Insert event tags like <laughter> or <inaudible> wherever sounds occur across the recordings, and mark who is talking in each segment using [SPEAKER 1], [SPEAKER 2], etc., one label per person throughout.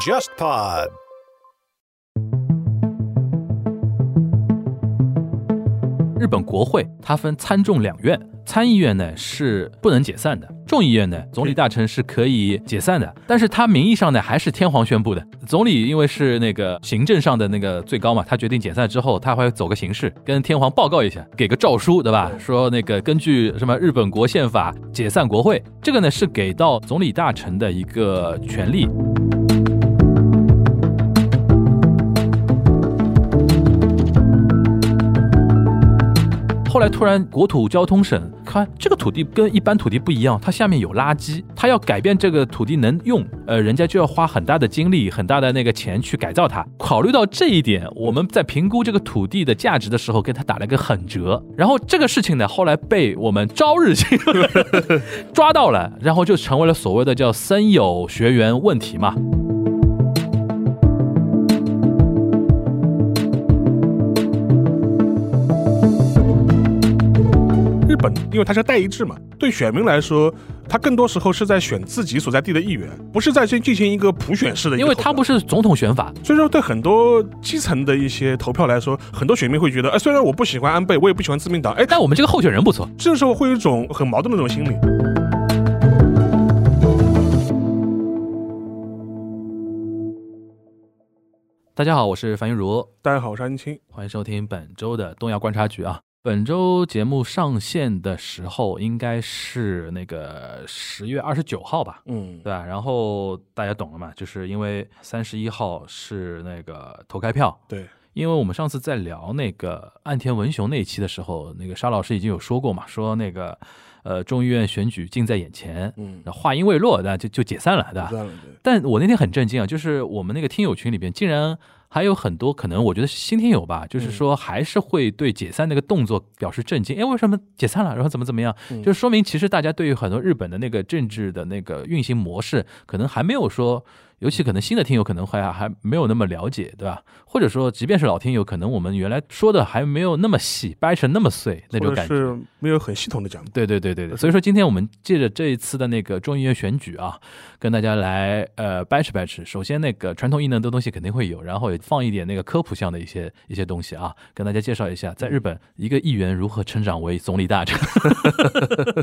[SPEAKER 1] JustPod。
[SPEAKER 2] 日本国会它分参众两院，参议院呢是不能解散的，众议院呢总理大臣是可以解散的，但是它名义上呢还是天皇宣布的。总理因为是那个行政上的那个最高嘛，他决定解散之后，他还会走个形式，跟天皇报告一下，给个诏书，对吧？说那个根据什么日本国宪法解散国会，这个呢是给到总理大臣的一个权利。后来突然国土交通省看这个土地跟一般土地不一样，它下面有垃圾，它要改变这个土地能用，呃，人家就要花很大的精力、很大的那个钱去改造它。考虑到这一点，我们在评估这个土地的价值的时候，给它打了个狠折。然后这个事情呢，后来被我们朝日 <laughs> 新闻抓到了，然后就成为了所谓的叫“森友学员问题”嘛。
[SPEAKER 3] 日本因为它是代议制嘛，对选民来说，他更多时候是在选自己所在地的议员，不是在进进行一个普选式的一个
[SPEAKER 2] 因
[SPEAKER 3] 投票。
[SPEAKER 2] 为它不是总统选法，
[SPEAKER 3] 所以说，对很多基层的一些投票来说，很多选民会觉得，哎，虽然我不喜欢安倍，我也不喜欢自民党，哎，但
[SPEAKER 2] 但我们这个候选人不错。 <laughs>
[SPEAKER 3] 这时候会有一种很矛盾的那种心理。
[SPEAKER 2] 大家好，我是樊玉茹。
[SPEAKER 3] 大家好，我是安青，
[SPEAKER 2] 欢迎收听本周的东亚观察局啊。本周节目上线的时候应该是那个十月二十九号吧，
[SPEAKER 3] 嗯
[SPEAKER 2] 对，吧？然后大家懂了嘛，就是因为三十一号是那个投开票，
[SPEAKER 3] 对，
[SPEAKER 2] 因为我们上次在聊那个岸田文雄那一期的时候，那个沙老师已经有说过嘛，说那个呃众议院选举近在眼前，
[SPEAKER 3] 嗯，
[SPEAKER 2] 那话音未落，那就就解散了，对吧？
[SPEAKER 3] 算了，对，
[SPEAKER 2] 但我那天很震惊啊，就是我们那个听友群里边竟然还有很多可能，我觉得是新听友吧，
[SPEAKER 3] 嗯
[SPEAKER 2] 就是说还是会对解散那个动作表示震惊。哎，为什么解散了？然后怎么怎么样？
[SPEAKER 3] 嗯
[SPEAKER 2] 就是说明其实大家对于很多日本的那个政治的那个运行模式，可能还没有说。尤
[SPEAKER 3] 嗯
[SPEAKER 2] 其可能新的听友可能还还没有那么了解，对吧？或者说，即便是老听友，可能我们原来说的还没有那么细，掰成那么碎那种
[SPEAKER 3] 或者
[SPEAKER 2] 感觉。
[SPEAKER 3] 是没有很系统的讲，
[SPEAKER 2] 对对对对
[SPEAKER 3] 嗯
[SPEAKER 2] 对，所以说今天我们借着这一次的那个众议院选举啊，跟大家来呃掰扯掰扯。首先那个传统异能的东西肯定会有，然后也放一点那个科普项的一些一些东西啊，跟大家介绍一下，在日本一个议员如何成长为总理大臣。 <laughs>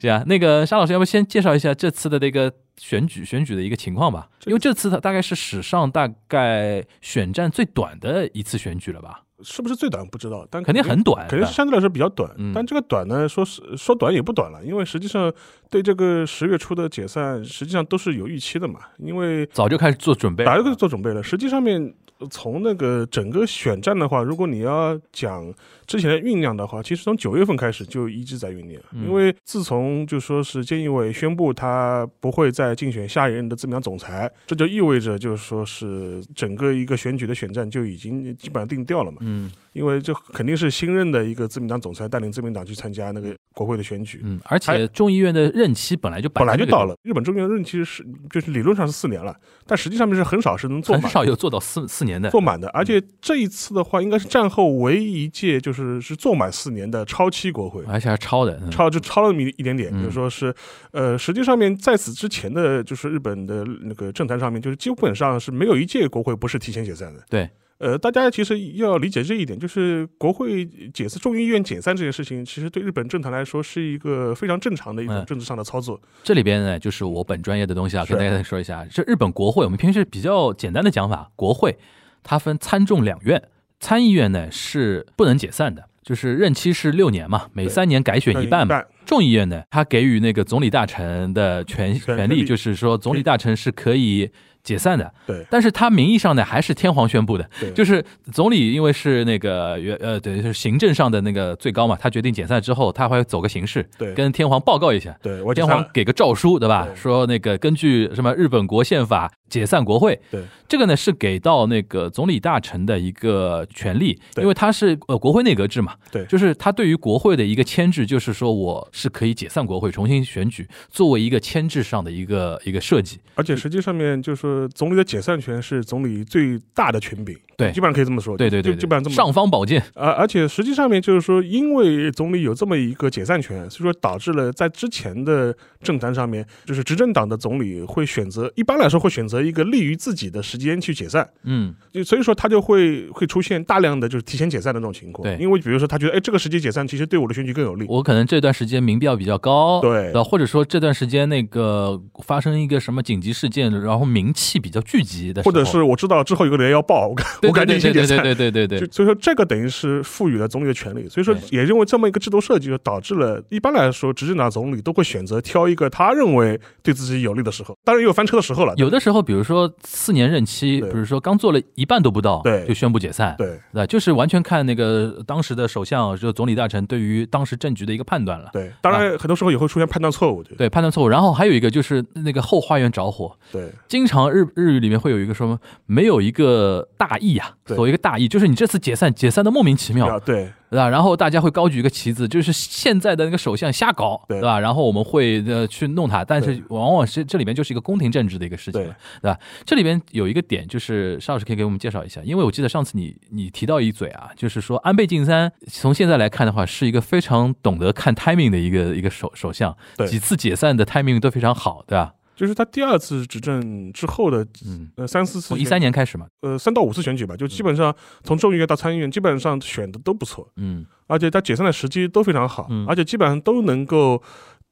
[SPEAKER 2] 这样，那个沙老师，要不先介绍一下这次的那个选举选举的一个情况吧？因为这次它大概是史上大概选战最短的一次选举了吧？
[SPEAKER 3] 是不是最短不知道，但
[SPEAKER 2] 肯定很短，
[SPEAKER 3] 肯定
[SPEAKER 2] 对吧
[SPEAKER 3] 是相对来说比较短
[SPEAKER 2] 嗯，
[SPEAKER 3] 但这个短呢，说是说短也不短了，因为实际上对这个十月初的解散，实际上都是有预期的嘛，因为
[SPEAKER 2] 早就开始做准备了，
[SPEAKER 3] 大家都做准备了。实际上面，呃从那个整个选战的话，如果你要讲之前的酝酿的话，其实从九月份开始就一直在酝酿，
[SPEAKER 2] 嗯
[SPEAKER 3] 因为自从就说是菅义伟宣布他不会再竞选下一任的自民党总裁，这就意味着就是说是整个一个选举的选战就已经基本上定调了嘛，
[SPEAKER 2] 嗯
[SPEAKER 3] 因为这肯定是新任的一个自民党总裁带领自民党去参加那个国会的选举。
[SPEAKER 2] 嗯，而且
[SPEAKER 3] 还
[SPEAKER 2] 众议院的任期本来就摆
[SPEAKER 3] 本来
[SPEAKER 2] 在
[SPEAKER 3] 就
[SPEAKER 2] 那个
[SPEAKER 3] 到了，日本众议院任期是就是理论上是四年了，但实际上面是很少是能
[SPEAKER 2] 地
[SPEAKER 3] 做
[SPEAKER 2] 方，
[SPEAKER 3] 满
[SPEAKER 2] 很
[SPEAKER 3] 的。
[SPEAKER 2] 少有做到四四年的。
[SPEAKER 3] 做满的，而且这一次的话，应该是战后唯一一届就是是做满四年的超期国会，
[SPEAKER 2] 而且还超的，嗯、
[SPEAKER 3] 超就超了那么一一点点，
[SPEAKER 2] 嗯
[SPEAKER 3] 就是说是，呃，实际上面在此之前的，就是日本的那个政坛上面，就是基本上是没有一届国会不是提前解散的。
[SPEAKER 2] 对，
[SPEAKER 3] 呃，大家其实要理解这一点，就是国会解散、众议院解散这件事情，其实对日本政坛来说是一个非常正常的一种
[SPEAKER 2] 嗯
[SPEAKER 3] 政治上的操作。
[SPEAKER 2] 这里边呢，就是我本专业的东西啊，
[SPEAKER 3] 是
[SPEAKER 2] 跟大家说一下。这日本国会，我们平时比较简单的讲法，国会它分参众两院，参议院呢是不能解散的，就是任期是六年嘛，每
[SPEAKER 3] 对
[SPEAKER 2] 三年改选一半嘛。
[SPEAKER 3] 呃半
[SPEAKER 2] 众议院呢，它给予那个总理大臣的权
[SPEAKER 3] 权
[SPEAKER 2] 权
[SPEAKER 3] 权
[SPEAKER 2] 利，
[SPEAKER 3] 利
[SPEAKER 2] 就是说总理大臣是可以解散的。
[SPEAKER 3] 对
[SPEAKER 2] 但是它名义上呢还是天皇宣布的，
[SPEAKER 3] 对，
[SPEAKER 2] 就是总理因为是那个原呃对，就是行政上的那个最高嘛，他决定解散之后，他会走个形式，
[SPEAKER 3] 对
[SPEAKER 2] 跟天皇报告一下，
[SPEAKER 3] 对我解
[SPEAKER 2] 天
[SPEAKER 3] 散
[SPEAKER 2] 皇
[SPEAKER 3] 了，
[SPEAKER 2] 给个诏书，对吧？
[SPEAKER 3] 对
[SPEAKER 2] 说那个根据什么日本国宪法解散国会，
[SPEAKER 3] 对
[SPEAKER 2] 这个呢是给到那个总理大臣的一个权利，
[SPEAKER 3] 对
[SPEAKER 2] 因为他是呃国会内阁制嘛，
[SPEAKER 3] 对
[SPEAKER 2] 就是他对于国会的一个牵制，就是说我是可以解散国会重新选举，作为一个牵制上的一个一个设计。
[SPEAKER 3] 而且实际上面就是说总理的解散权是总理最大的权柄，
[SPEAKER 2] 对
[SPEAKER 3] 基本上可以这么说，
[SPEAKER 2] 对对对
[SPEAKER 3] 就
[SPEAKER 2] 对
[SPEAKER 3] 基本上这么。
[SPEAKER 2] 尚方宝剑，
[SPEAKER 3] 而、而且实际上面就是说，因为总理有这么一个解散权，所以说导致了在之前的政坛上面，就是执政党的总理会选择，一般来说会选择一个利于自己的时间去解散，
[SPEAKER 2] 嗯，
[SPEAKER 3] 就所以说他就会会出现大量的就是提前解散的这种情况。
[SPEAKER 2] 对
[SPEAKER 3] 因为比如说他觉得，哎，这个时机解散其实对我的选举更有利。
[SPEAKER 2] 我可能这段时间民调比较高，
[SPEAKER 3] 对
[SPEAKER 2] 呃，或者说这段时间那个发生一个什么紧急事件，然后名气比较聚集的时
[SPEAKER 3] 或
[SPEAKER 2] 候，
[SPEAKER 3] 者是我知道之后有个人要爆，我赶
[SPEAKER 2] 对
[SPEAKER 3] 我赶紧
[SPEAKER 2] 对
[SPEAKER 3] 先
[SPEAKER 2] 对
[SPEAKER 3] 解
[SPEAKER 2] 对
[SPEAKER 3] 散。
[SPEAKER 2] 对对对对
[SPEAKER 3] 就
[SPEAKER 2] 对，
[SPEAKER 3] 所以说，这个等于是赋予了总理的权利，所以说
[SPEAKER 2] 对
[SPEAKER 3] 也认为这么一个制度设计，就导致了一般来说，执政党总理都会选择挑一个他认为对自己有利的时候，当然也有翻车的时候了。
[SPEAKER 2] 有的时候，比如说四年任期，比
[SPEAKER 3] 对
[SPEAKER 2] 如说刚做了一半都不到，
[SPEAKER 3] 对
[SPEAKER 2] 就宣布解散，
[SPEAKER 3] 对
[SPEAKER 2] 对吧，就是完全看那个当时的首相，就总理大臣对于当时政局的一个判断了。
[SPEAKER 3] 对，当然很多时候也会出现判断错误，对
[SPEAKER 2] 啊对判断错误，然后还有一个就是那个后花园着火，
[SPEAKER 3] 对
[SPEAKER 2] 经常日日语里面会有一个什么没有一个大意啊，
[SPEAKER 3] 对
[SPEAKER 2] 所谓一个大意，就是你这次解散解散的莫名其妙，
[SPEAKER 3] 啊对
[SPEAKER 2] 对吧？然后大家会高举一个旗子，就是现在的那个首相瞎搞，
[SPEAKER 3] 对
[SPEAKER 2] 吧？然后我们会呃去弄他，但是
[SPEAKER 3] 对
[SPEAKER 2] 往往是这里面就是一个宫廷政治的一个事情
[SPEAKER 3] 对
[SPEAKER 2] 了，对吧？这里边有一个点，就是邵老师可以给我们介绍一下，因为我记得上次你你提到一嘴啊，就是说安倍晋三从现在来看的话，是一个非常懂得看 timing 的一个一个首首相，
[SPEAKER 3] 对
[SPEAKER 2] 几次解散的 timing 都非常好，对吧？
[SPEAKER 3] 就是他第二次执政之后的
[SPEAKER 2] 嗯，
[SPEAKER 3] 呃三四次
[SPEAKER 2] 从
[SPEAKER 3] 选，
[SPEAKER 2] 一三年开始嘛，
[SPEAKER 3] 呃三到五次选举吧，就基本上从众议院到参议院，基本上选的都不错，
[SPEAKER 2] 嗯。
[SPEAKER 3] 而且他解散的时机都非常好，
[SPEAKER 2] 嗯
[SPEAKER 3] 而且基本上都能够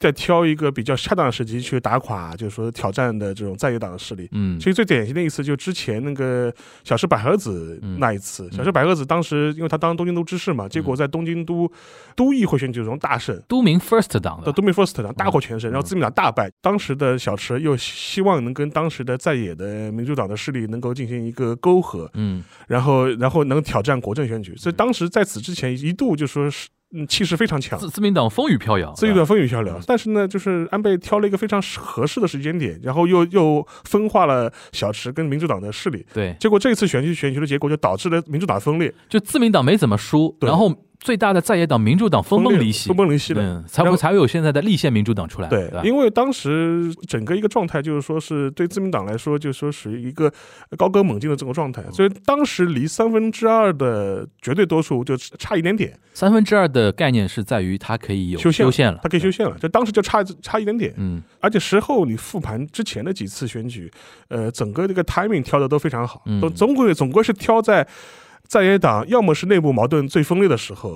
[SPEAKER 3] 再挑一个比较恰当的时机去打垮，就是说挑战的这种在野党的势力。
[SPEAKER 2] 嗯
[SPEAKER 3] 其，实最典型的一次就之前那个小池百合子
[SPEAKER 2] 嗯
[SPEAKER 3] 那一次，
[SPEAKER 2] 嗯
[SPEAKER 3] 小池百合子当时因为她当东京都知事嘛，结果在东京都都议会选举中大胜。
[SPEAKER 2] 都民 First 党
[SPEAKER 3] 到
[SPEAKER 2] 的，
[SPEAKER 3] 都民 first 党大获全胜，
[SPEAKER 2] 嗯
[SPEAKER 3] 然后自民党大败。当时的小池又希望能跟当时的在野的民主党的势力能够进行一个沟合，
[SPEAKER 2] 嗯，
[SPEAKER 3] 然后然后能挑战国政选举。所以当时在此之前一度就说是嗯气势非常强，
[SPEAKER 2] 自自民党风雨飘摇，
[SPEAKER 3] 自由
[SPEAKER 2] 对吧
[SPEAKER 3] 的风雨飘摇
[SPEAKER 2] 嗯。
[SPEAKER 3] 但是呢，就是安倍挑了一个非常合适的时间点，然后又又分化了小池跟民主党的势力。
[SPEAKER 2] 对，
[SPEAKER 3] 结果这次选举选举的结果就导致了民主党分裂，
[SPEAKER 2] 就自民党没怎么输，
[SPEAKER 3] 对
[SPEAKER 2] 然后最大的在野党民主党分崩
[SPEAKER 3] 裂
[SPEAKER 2] 离析
[SPEAKER 3] 分，崩离析的。
[SPEAKER 2] 嗯，才嗯
[SPEAKER 3] 然
[SPEAKER 2] 会
[SPEAKER 3] 后
[SPEAKER 2] 才会有现在的立宪民主党出来，
[SPEAKER 3] 对
[SPEAKER 2] 吧，
[SPEAKER 3] 因为当时整个一个状态就是说是对自民党来说，就是说属于一个高歌猛进的这个状态，所以当时离三分之二的绝对多数就差一点点，
[SPEAKER 2] 三分之二的概念是在于它可以有
[SPEAKER 3] 修宪
[SPEAKER 2] 修宪了，
[SPEAKER 3] 他可以修宪了，就当时就差差一点点。
[SPEAKER 2] 嗯，
[SPEAKER 3] 而且事后你复盘之前的几次选举，呃，整个这个 timing 挑的都非常好，
[SPEAKER 2] 嗯
[SPEAKER 3] 都总归总归是挑在在野党要么是内部矛盾最分裂的时候，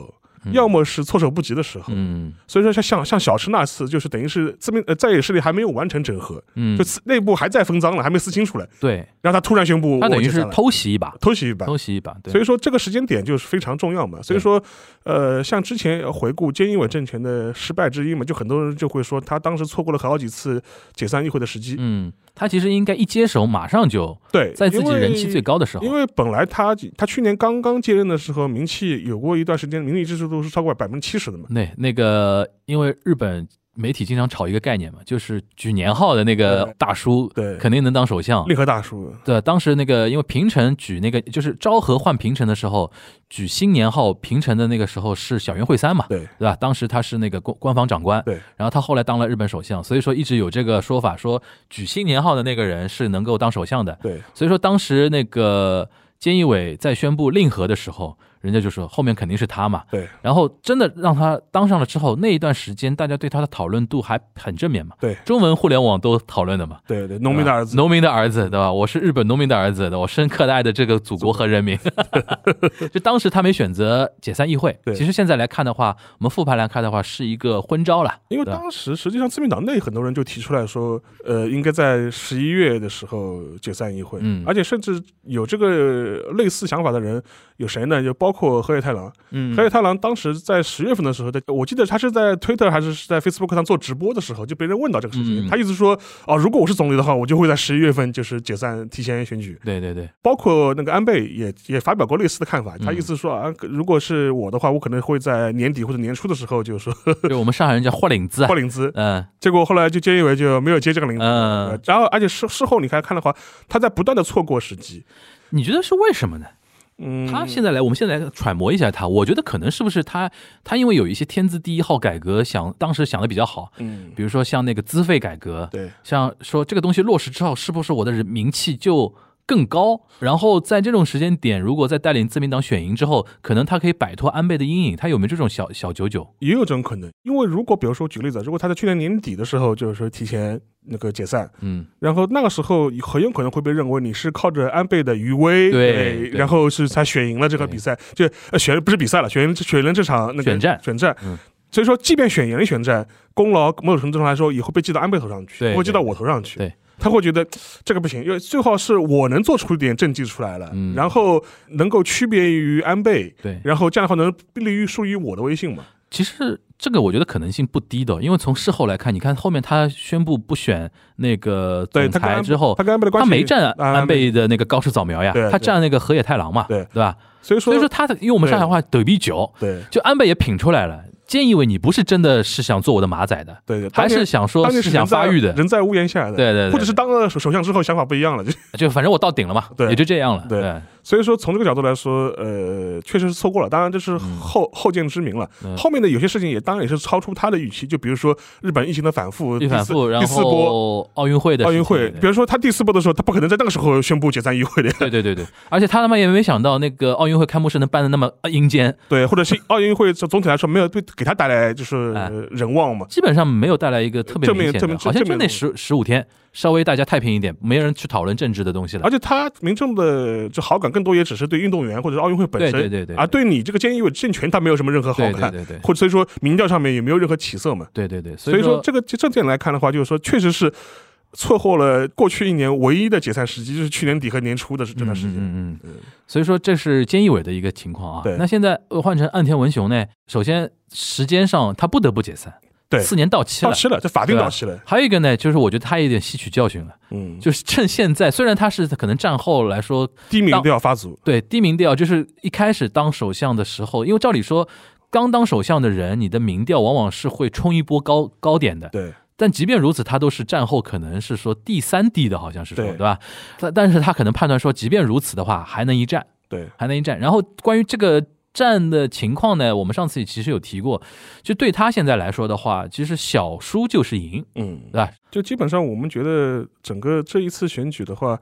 [SPEAKER 2] 嗯
[SPEAKER 3] 要么是措手不及的时候。
[SPEAKER 2] 嗯
[SPEAKER 3] 所以说像像像小池那次，就是等于是自民呃在野势力还没有完成整合，
[SPEAKER 2] 嗯
[SPEAKER 3] 就，撕内部还在分赃了，还没撕清楚了，
[SPEAKER 2] 对，
[SPEAKER 3] 然后他突然宣布
[SPEAKER 2] 他等于
[SPEAKER 3] 我解
[SPEAKER 2] 是
[SPEAKER 3] 散了
[SPEAKER 2] 偷袭一把，
[SPEAKER 3] 偷袭一把。
[SPEAKER 2] 偷袭一把，对，
[SPEAKER 3] 所以说这个时间点就是非常重要嘛。所以说，呃，像之前回顾菅义伟政权的失败之一嘛，就很多人就会说他当时错过了好几次解散议会的时机。
[SPEAKER 2] 嗯，他其实应该一接手马上就
[SPEAKER 3] 对，
[SPEAKER 2] 在自己人气最
[SPEAKER 3] 高。
[SPEAKER 2] 高的时候
[SPEAKER 3] 因，为本来他他去年刚刚接任的时候，名气有过一段时间，民意支持度是超过百分之七十的嘛。
[SPEAKER 2] 那那个，因为日本媒体经常炒一个概念嘛，就是举年号的那个
[SPEAKER 3] 对
[SPEAKER 2] 大叔，
[SPEAKER 3] 对
[SPEAKER 2] 肯定能当首相。
[SPEAKER 3] 令和大叔，
[SPEAKER 2] 对，当时那个因为平城举那个就是昭和换平城的时候，举新年号平城的那个时候是小渊惠三嘛，
[SPEAKER 3] 对
[SPEAKER 2] 对吧？当时他是那个官官方长官，
[SPEAKER 3] 对，
[SPEAKER 2] 然后他后来当了日本首相，所以说一直有这个说法，说举新年号的那个人是能够当首相的。
[SPEAKER 3] 对
[SPEAKER 2] 所以说当时那个菅义伟在宣布令和的时候，人家就说后面肯定是他嘛。
[SPEAKER 3] 对。
[SPEAKER 2] 然后真的让他当上了之后，那一段时间大家对他的讨论度还很正面嘛。
[SPEAKER 3] 对
[SPEAKER 2] 中文互联网都讨论的嘛。
[SPEAKER 3] 对对，农民的儿子，
[SPEAKER 2] 农民的儿子，对吧？我是日本农民的儿子，我深刻的爱的这个祖国和人
[SPEAKER 3] <laughs>
[SPEAKER 2] 民。就当时他没选择解散议会，
[SPEAKER 3] 对
[SPEAKER 2] 其实现在来看的话，我们复盘来看的话，是一个昏招了。
[SPEAKER 3] 因为
[SPEAKER 2] 对吧啊
[SPEAKER 3] 当时实际上自民党内很多人就提出来说，呃，应该在十一月的时候解散议会，
[SPEAKER 2] 嗯
[SPEAKER 3] 而且甚至有这个类似想法的人有谁呢？就包括河野太郎。
[SPEAKER 2] 嗯
[SPEAKER 3] 河野太郎当时在十月份的时候，在我记得他是在 Twitter 还是是在 Facebook 上做直播的时候，就被人问到这个事情，
[SPEAKER 2] 嗯
[SPEAKER 3] 他一直说哦，如果我是总理的话，我就会在十一月份就是解散提前选举。
[SPEAKER 2] 对对对，
[SPEAKER 3] 包括那个安倍也也发表过类似的看法，他
[SPEAKER 2] 嗯
[SPEAKER 3] 意思说啊，如果是我的话，我可能会在年底或者年初的时候，就是说
[SPEAKER 2] 就我们上海人叫豁领子啊
[SPEAKER 3] 报。领资。
[SPEAKER 2] 嗯
[SPEAKER 3] 结果后来就菅义伟就没有接这个领子。呃
[SPEAKER 2] 嗯，
[SPEAKER 3] 然后，而且事事后你看看的话，他在不断的错过时机，
[SPEAKER 2] 你觉得是为什么呢？
[SPEAKER 3] 嗯，
[SPEAKER 2] 他现在来，我们现在来揣摩一下他，我觉得可能是不是他，他因为有一些天字第一号改革想，当时想的比较好，
[SPEAKER 3] 嗯，
[SPEAKER 2] 比如说像那个资费改革，
[SPEAKER 3] 对，
[SPEAKER 2] 像说这个东西落实之后，是不是我的人名气就更高？然后在这种时间点，如果在带领自民党选赢之后，可能他可以摆脱安倍的阴影，他有没有这种小小九九？
[SPEAKER 3] 也有这种可能。因为如果比如说举例子，如果他在去年年底的时候就是说提前那个解散，
[SPEAKER 2] 嗯，
[SPEAKER 3] 然后那个时候很有可能会被认为你是靠着安倍的余威，
[SPEAKER 2] 对
[SPEAKER 3] 哎
[SPEAKER 2] 对
[SPEAKER 3] 然后是才选赢了这个
[SPEAKER 2] 对
[SPEAKER 3] 比赛，就呃选不是比赛了，选赢选赢了这场那个
[SPEAKER 2] 选战
[SPEAKER 3] 选战
[SPEAKER 2] 嗯。
[SPEAKER 3] 所以说，即便选赢了选战，功劳某种程度上来说也会被记到安倍头上去，
[SPEAKER 2] 对
[SPEAKER 3] 不会记
[SPEAKER 2] 对
[SPEAKER 3] 到我头上去。
[SPEAKER 2] 对
[SPEAKER 3] 他会觉得这个不行，因为最好是我能做出一点政绩出来了，
[SPEAKER 2] 嗯
[SPEAKER 3] 然后能够区别于安倍，
[SPEAKER 2] 对，
[SPEAKER 3] 然后这样的话能利于属于我的威信嘛。
[SPEAKER 2] 其实这个我觉得可能性不低的，因为从事后来看，你看后面他宣布不选那个
[SPEAKER 3] 对
[SPEAKER 2] 总
[SPEAKER 3] 他跟
[SPEAKER 2] 裁
[SPEAKER 3] 安
[SPEAKER 2] 之后
[SPEAKER 3] 他。跟安倍的关
[SPEAKER 2] 哦他
[SPEAKER 3] 系
[SPEAKER 2] 没站
[SPEAKER 3] 啊
[SPEAKER 2] 安倍的那个高市早苗呀
[SPEAKER 3] 对，
[SPEAKER 2] 他站那个河野太郎嘛，
[SPEAKER 3] 对
[SPEAKER 2] 对吧？
[SPEAKER 3] 所以说
[SPEAKER 2] 所以说他的，用我们上海话“抖逼酒
[SPEAKER 3] 对”，
[SPEAKER 2] 就安倍也品出来了，菅义伟你不是真的是想做我的马仔的，
[SPEAKER 3] 对对，
[SPEAKER 2] 还
[SPEAKER 3] 当年
[SPEAKER 2] 是想说
[SPEAKER 3] 当年是
[SPEAKER 2] 想
[SPEAKER 3] 人在
[SPEAKER 2] 发育的，
[SPEAKER 3] 人在屋檐下的，
[SPEAKER 2] 对对对
[SPEAKER 3] 或者是当了首首相之后想法不一样了。就 <laughs>
[SPEAKER 2] 就反正我到顶了嘛，
[SPEAKER 3] 对
[SPEAKER 2] 也就这样了。
[SPEAKER 3] 对
[SPEAKER 2] 对，
[SPEAKER 3] 所以说从这个角度来说，呃，确实是错过了。当然这是后、后见之明了。
[SPEAKER 2] 嗯
[SPEAKER 3] 后面的有些事情也当然也是超出他的预期，就比如说日本疫情的反复，
[SPEAKER 2] 一反复，
[SPEAKER 3] 第四
[SPEAKER 2] 然
[SPEAKER 3] 第四波
[SPEAKER 2] 后奥运会的
[SPEAKER 3] 奥运
[SPEAKER 2] 事情
[SPEAKER 3] 会，比
[SPEAKER 2] 对
[SPEAKER 3] 如说他第四波的时候，他不可能在那个时候宣布解散议会的，
[SPEAKER 2] 对对对对，而且他他妈也没想到那个奥运会开幕式能办的那么呃阴间，
[SPEAKER 3] 对，或者是奥运会总体来说没有对给他带来就是
[SPEAKER 2] 哎
[SPEAKER 3] 人望嘛。
[SPEAKER 2] 基本上没有带来一个特别
[SPEAKER 3] 正
[SPEAKER 2] 明
[SPEAKER 3] 面
[SPEAKER 2] 显
[SPEAKER 3] 正
[SPEAKER 2] 的，
[SPEAKER 3] 面
[SPEAKER 2] 好像
[SPEAKER 3] 正
[SPEAKER 2] 就
[SPEAKER 3] 面
[SPEAKER 2] 那
[SPEAKER 3] 的
[SPEAKER 2] 十十五天，稍微大家太平一点，没人去讨论政治的东西了
[SPEAKER 3] 而。且他民众的这好感更多也只是对运动员或者是奥运会本
[SPEAKER 2] 对
[SPEAKER 3] 身，
[SPEAKER 2] 对对对，
[SPEAKER 3] 而对你这个菅义伟政权他没有什么任何好
[SPEAKER 2] 对
[SPEAKER 3] 看，
[SPEAKER 2] 对对对
[SPEAKER 3] 或者所以说民调上面也没有任何起色嘛。
[SPEAKER 2] 对对对，
[SPEAKER 3] 所以说
[SPEAKER 2] 说
[SPEAKER 3] 这个这点来看的话，就是说确实是错过了过去一年唯一的解散时机，就是去年底和年初的这段时间。
[SPEAKER 2] 嗯嗯嗯嗯，所以说这是菅义伟的一个情况啊。
[SPEAKER 3] 对
[SPEAKER 2] 那现在呃换成岸田文雄呢，首先时间上他不得不解散，
[SPEAKER 3] 对哦
[SPEAKER 2] 四年到期
[SPEAKER 3] 到
[SPEAKER 2] 了。
[SPEAKER 3] 期了，这法定
[SPEAKER 2] 对吧
[SPEAKER 3] 到期了。
[SPEAKER 2] 还有一个呢，就是我觉得他也有点吸取教训了，
[SPEAKER 3] 嗯，
[SPEAKER 2] 就是趁现在，虽然他是可能战后来说
[SPEAKER 3] 低民调发足。
[SPEAKER 2] 对低民调，就是一开始当首相的时候，因为照理说刚当首相的人，你的民调往往是会冲一波高高点的，
[SPEAKER 3] 对，
[SPEAKER 2] 但即便如此，他都是战后可能是说第三低的，好像是说
[SPEAKER 3] 对
[SPEAKER 2] 对吧？但但是他可能判断说，即便如此的话，还能一战，
[SPEAKER 3] 对，
[SPEAKER 2] 还能一战。然后关于这个战的情况呢，我们上次也其实有提过，就对他现在来说的话，其实小输就是赢，
[SPEAKER 3] 嗯
[SPEAKER 2] 对，吧？
[SPEAKER 3] 就基本上我们觉得整个这一次选举的话，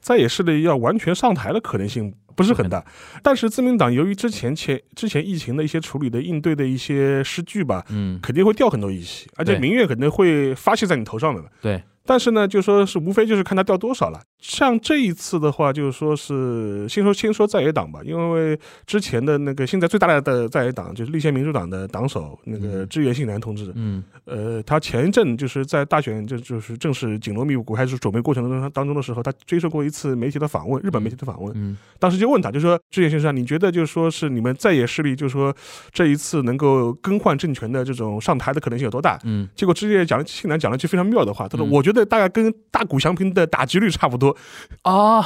[SPEAKER 3] 在野势力要完全上台的可能性不是很大。但是自民党由于之前前之前疫情的一些处理的应对的一些失据吧，
[SPEAKER 2] 嗯，
[SPEAKER 3] 肯定会掉很多义气，而且
[SPEAKER 2] 对
[SPEAKER 3] 民怨肯定会发泄在你头上的。
[SPEAKER 2] 对，
[SPEAKER 3] 但是呢，就说是无非就是看他掉多少了。像这一次的话，就是说是先说先说在野党吧，因为之前的那个现在最大的在野党就是立宪民主党的党首那个
[SPEAKER 2] 嗯
[SPEAKER 3] 志原信男同志，
[SPEAKER 2] 嗯
[SPEAKER 3] 呃，他前一阵就是在大选就就是正式紧锣密鼓开始准备过程当中当中的时候，他接受过一次媒体的访问，日本媒体的访问，
[SPEAKER 2] 嗯，
[SPEAKER 3] 当时就问他，就说志野先生，你觉得就是说是你们在野势力，就是说这一次能够更换政权的这种上台的可能性有多大？
[SPEAKER 2] 嗯，
[SPEAKER 3] 结果之前讲信男讲了一句非常妙的话，他说：“
[SPEAKER 2] 嗯
[SPEAKER 3] 我觉得大概跟大谷翔平的打击率差不多。
[SPEAKER 2] 啊，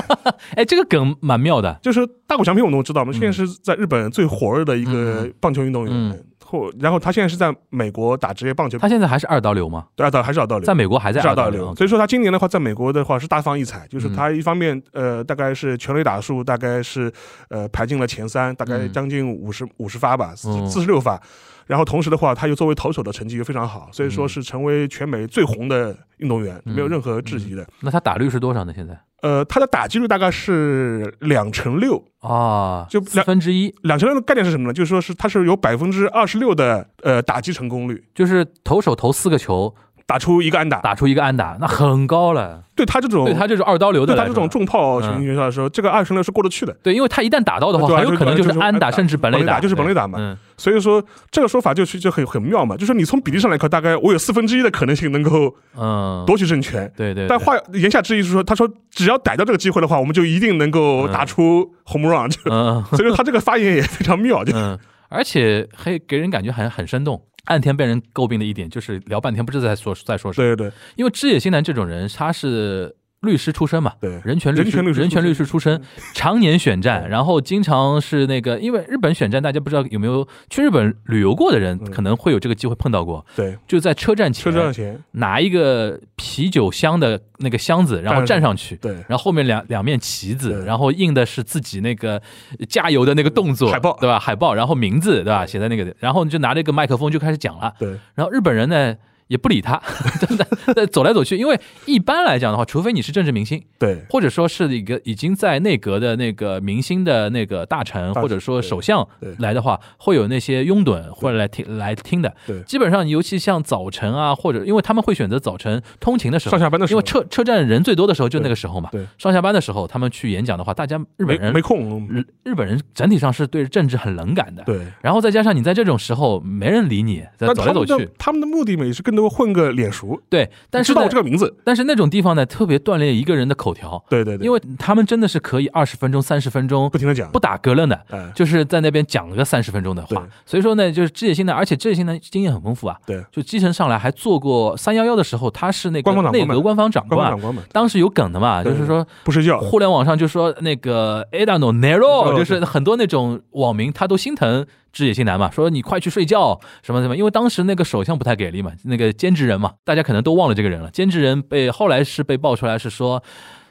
[SPEAKER 2] <laughs> 哎，这个梗蛮妙的，
[SPEAKER 3] 就是大谷翔平，我们都知道，我们
[SPEAKER 2] 嗯
[SPEAKER 3] 现在是在日本最火热的一个
[SPEAKER 2] 嗯
[SPEAKER 3] 棒球运动员
[SPEAKER 2] 嗯，
[SPEAKER 3] 或然后他现在是在美国打职业棒球，
[SPEAKER 2] 他现在还是二刀流吗？
[SPEAKER 3] 对啊，还是老道理
[SPEAKER 2] 在。美国还在
[SPEAKER 3] 是
[SPEAKER 2] 二
[SPEAKER 3] 道
[SPEAKER 2] 刀
[SPEAKER 3] 理
[SPEAKER 2] 流，，
[SPEAKER 3] 所以说他今年的话，在美国的话是大放异彩，就是
[SPEAKER 2] 嗯
[SPEAKER 3] 他一方面呃，大概是全垒打数大概是呃排进了前三，大概
[SPEAKER 2] 嗯
[SPEAKER 3] 将近五十五十发吧，四
[SPEAKER 2] 嗯
[SPEAKER 3] 四十六发，然后同时的话，他又作为投手的成绩又非常好，所以说
[SPEAKER 2] 嗯
[SPEAKER 3] 是成为全美最红的运动员，没有任何
[SPEAKER 2] 嗯
[SPEAKER 3] 质疑的。
[SPEAKER 2] 那他打率是多少呢？现在
[SPEAKER 3] 呃，他的打击率大概是两成六，
[SPEAKER 2] 啊，
[SPEAKER 3] 哦就
[SPEAKER 2] 四分之一，
[SPEAKER 3] 两成六的概念是什么呢？就是说是他是有百分之二十六的呃打击成功率，
[SPEAKER 2] 就是投手投四个球
[SPEAKER 3] 打出一个安打，
[SPEAKER 2] 打出一个安打，那很高了。
[SPEAKER 3] 对他这种
[SPEAKER 2] 对他这种二刀流的
[SPEAKER 3] 哦对
[SPEAKER 2] 来
[SPEAKER 3] 他
[SPEAKER 2] 说，
[SPEAKER 3] 这种重炮型
[SPEAKER 2] 嗯
[SPEAKER 3] 选手来说，这个二成六是过得去的。
[SPEAKER 2] 对，因为他一旦打到的话，
[SPEAKER 3] 对啊
[SPEAKER 2] 很有可能
[SPEAKER 3] 就是
[SPEAKER 2] 是安打，
[SPEAKER 3] 安打
[SPEAKER 2] 甚至本
[SPEAKER 3] 本垒打
[SPEAKER 2] 打，
[SPEAKER 3] 就是本垒打嘛
[SPEAKER 2] 对嗯，
[SPEAKER 3] 所以说这个说法就是就很很妙嘛，就是你从比例上来看，大概我有四分之一的可能性能够
[SPEAKER 2] 嗯，
[SPEAKER 3] 夺取政权。
[SPEAKER 2] 对对，
[SPEAKER 3] 但
[SPEAKER 2] 对
[SPEAKER 3] 话言下之意是说，他说只要逮到这个机会的话，我们就一定能够打出 home run 就。
[SPEAKER 2] 嗯
[SPEAKER 3] 所以说他这个发言也非常妙，就
[SPEAKER 2] 嗯，而且还给人感觉很很生动。岸田被人诟病的一点就是聊半天不知道在说在说什么，
[SPEAKER 3] 对对对，
[SPEAKER 2] 因为知野新男这种人，他是律师出身嘛，
[SPEAKER 3] 对
[SPEAKER 2] 人权律
[SPEAKER 3] 人
[SPEAKER 2] 师
[SPEAKER 3] 权律师
[SPEAKER 2] 人权
[SPEAKER 3] 出嗯
[SPEAKER 2] 律师出身， <laughs> 常年选战，然后经常是那个，因为日本选战，大家不知道有没有去日本旅游过的人，
[SPEAKER 3] 嗯
[SPEAKER 2] 可能会有这个机会碰到过，
[SPEAKER 3] 对，
[SPEAKER 2] 就在车站
[SPEAKER 3] 车
[SPEAKER 2] 前
[SPEAKER 3] 站前，
[SPEAKER 2] 拿一个啤酒箱的那个箱子，然后站上去。
[SPEAKER 3] 对，
[SPEAKER 2] 然后后面两两面旗子，
[SPEAKER 3] 对
[SPEAKER 2] 然后印的是自己那个加油的那个动作，
[SPEAKER 3] 海报
[SPEAKER 2] 对吧？海报，然后名字对吧？写在那个，然后你就拿着一个麦克风就开始讲了。
[SPEAKER 3] 对，
[SPEAKER 2] 然后日本人呢也不理他， <laughs> 但但但走来走去，因为一般来讲的话，除非你是政治明星，
[SPEAKER 3] 对，
[SPEAKER 2] 或者说是一个已经在内阁的那个明星的那个大臣
[SPEAKER 3] 臣
[SPEAKER 2] 或者说首相
[SPEAKER 3] 对
[SPEAKER 2] 来的话，会有那些拥趸会来听来听的。
[SPEAKER 3] 对
[SPEAKER 2] 基本上尤其像早晨啊，或者因为他们会选择早晨通勤的时候
[SPEAKER 3] 上。下班的时
[SPEAKER 2] 因
[SPEAKER 3] 候
[SPEAKER 2] 为，车车站人最多的时候就那个时候嘛，
[SPEAKER 3] 对对
[SPEAKER 2] 上下班的时候他们去演讲的话，大家日本
[SPEAKER 3] 没
[SPEAKER 2] 人
[SPEAKER 3] 没空，
[SPEAKER 2] 日日本人整体上是对政治很冷感的，
[SPEAKER 3] 对。
[SPEAKER 2] 然后再加上你在这种时候没人理你，在
[SPEAKER 3] 但
[SPEAKER 2] 走
[SPEAKER 3] 他
[SPEAKER 2] 来走
[SPEAKER 3] 们的
[SPEAKER 2] 去，
[SPEAKER 3] 他们的目的嘛，也是更多混个脸熟，
[SPEAKER 2] 对，但是
[SPEAKER 3] 知道
[SPEAKER 2] 呢
[SPEAKER 3] 我这个名字，
[SPEAKER 2] 但是那种地方呢，特别锻炼一个人的口条，
[SPEAKER 3] 对对对，
[SPEAKER 2] 因为他们真的是可以二十分钟、三十分钟
[SPEAKER 3] 不停的讲，
[SPEAKER 2] 不打嗝了的，
[SPEAKER 3] 哎，
[SPEAKER 2] 就是在那边讲了个三十分钟的话
[SPEAKER 3] 对。
[SPEAKER 2] 所以说呢，就是志野新呢，而且志野新呢经验很丰富啊，
[SPEAKER 3] 对，
[SPEAKER 2] 就基层上来还做过三幺幺的时候，他是那个
[SPEAKER 3] 官方长官
[SPEAKER 2] 内
[SPEAKER 3] 嘛
[SPEAKER 2] 阁官方长
[SPEAKER 3] 官方
[SPEAKER 2] 官啊
[SPEAKER 3] 长，官嘛，
[SPEAKER 2] 当时有梗的嘛，
[SPEAKER 3] 对
[SPEAKER 2] 就是说。
[SPEAKER 3] 不睡觉，
[SPEAKER 2] 互联网上就说那个 Adano
[SPEAKER 3] 哦
[SPEAKER 2] Nero，就是很多那种网民他都心疼志野新男嘛，说你快去睡觉什么什么，因为当时那个首相不太给力嘛，那个兼职人嘛，大家可能都忘了这个人了。兼职人被后来是被爆出来是说，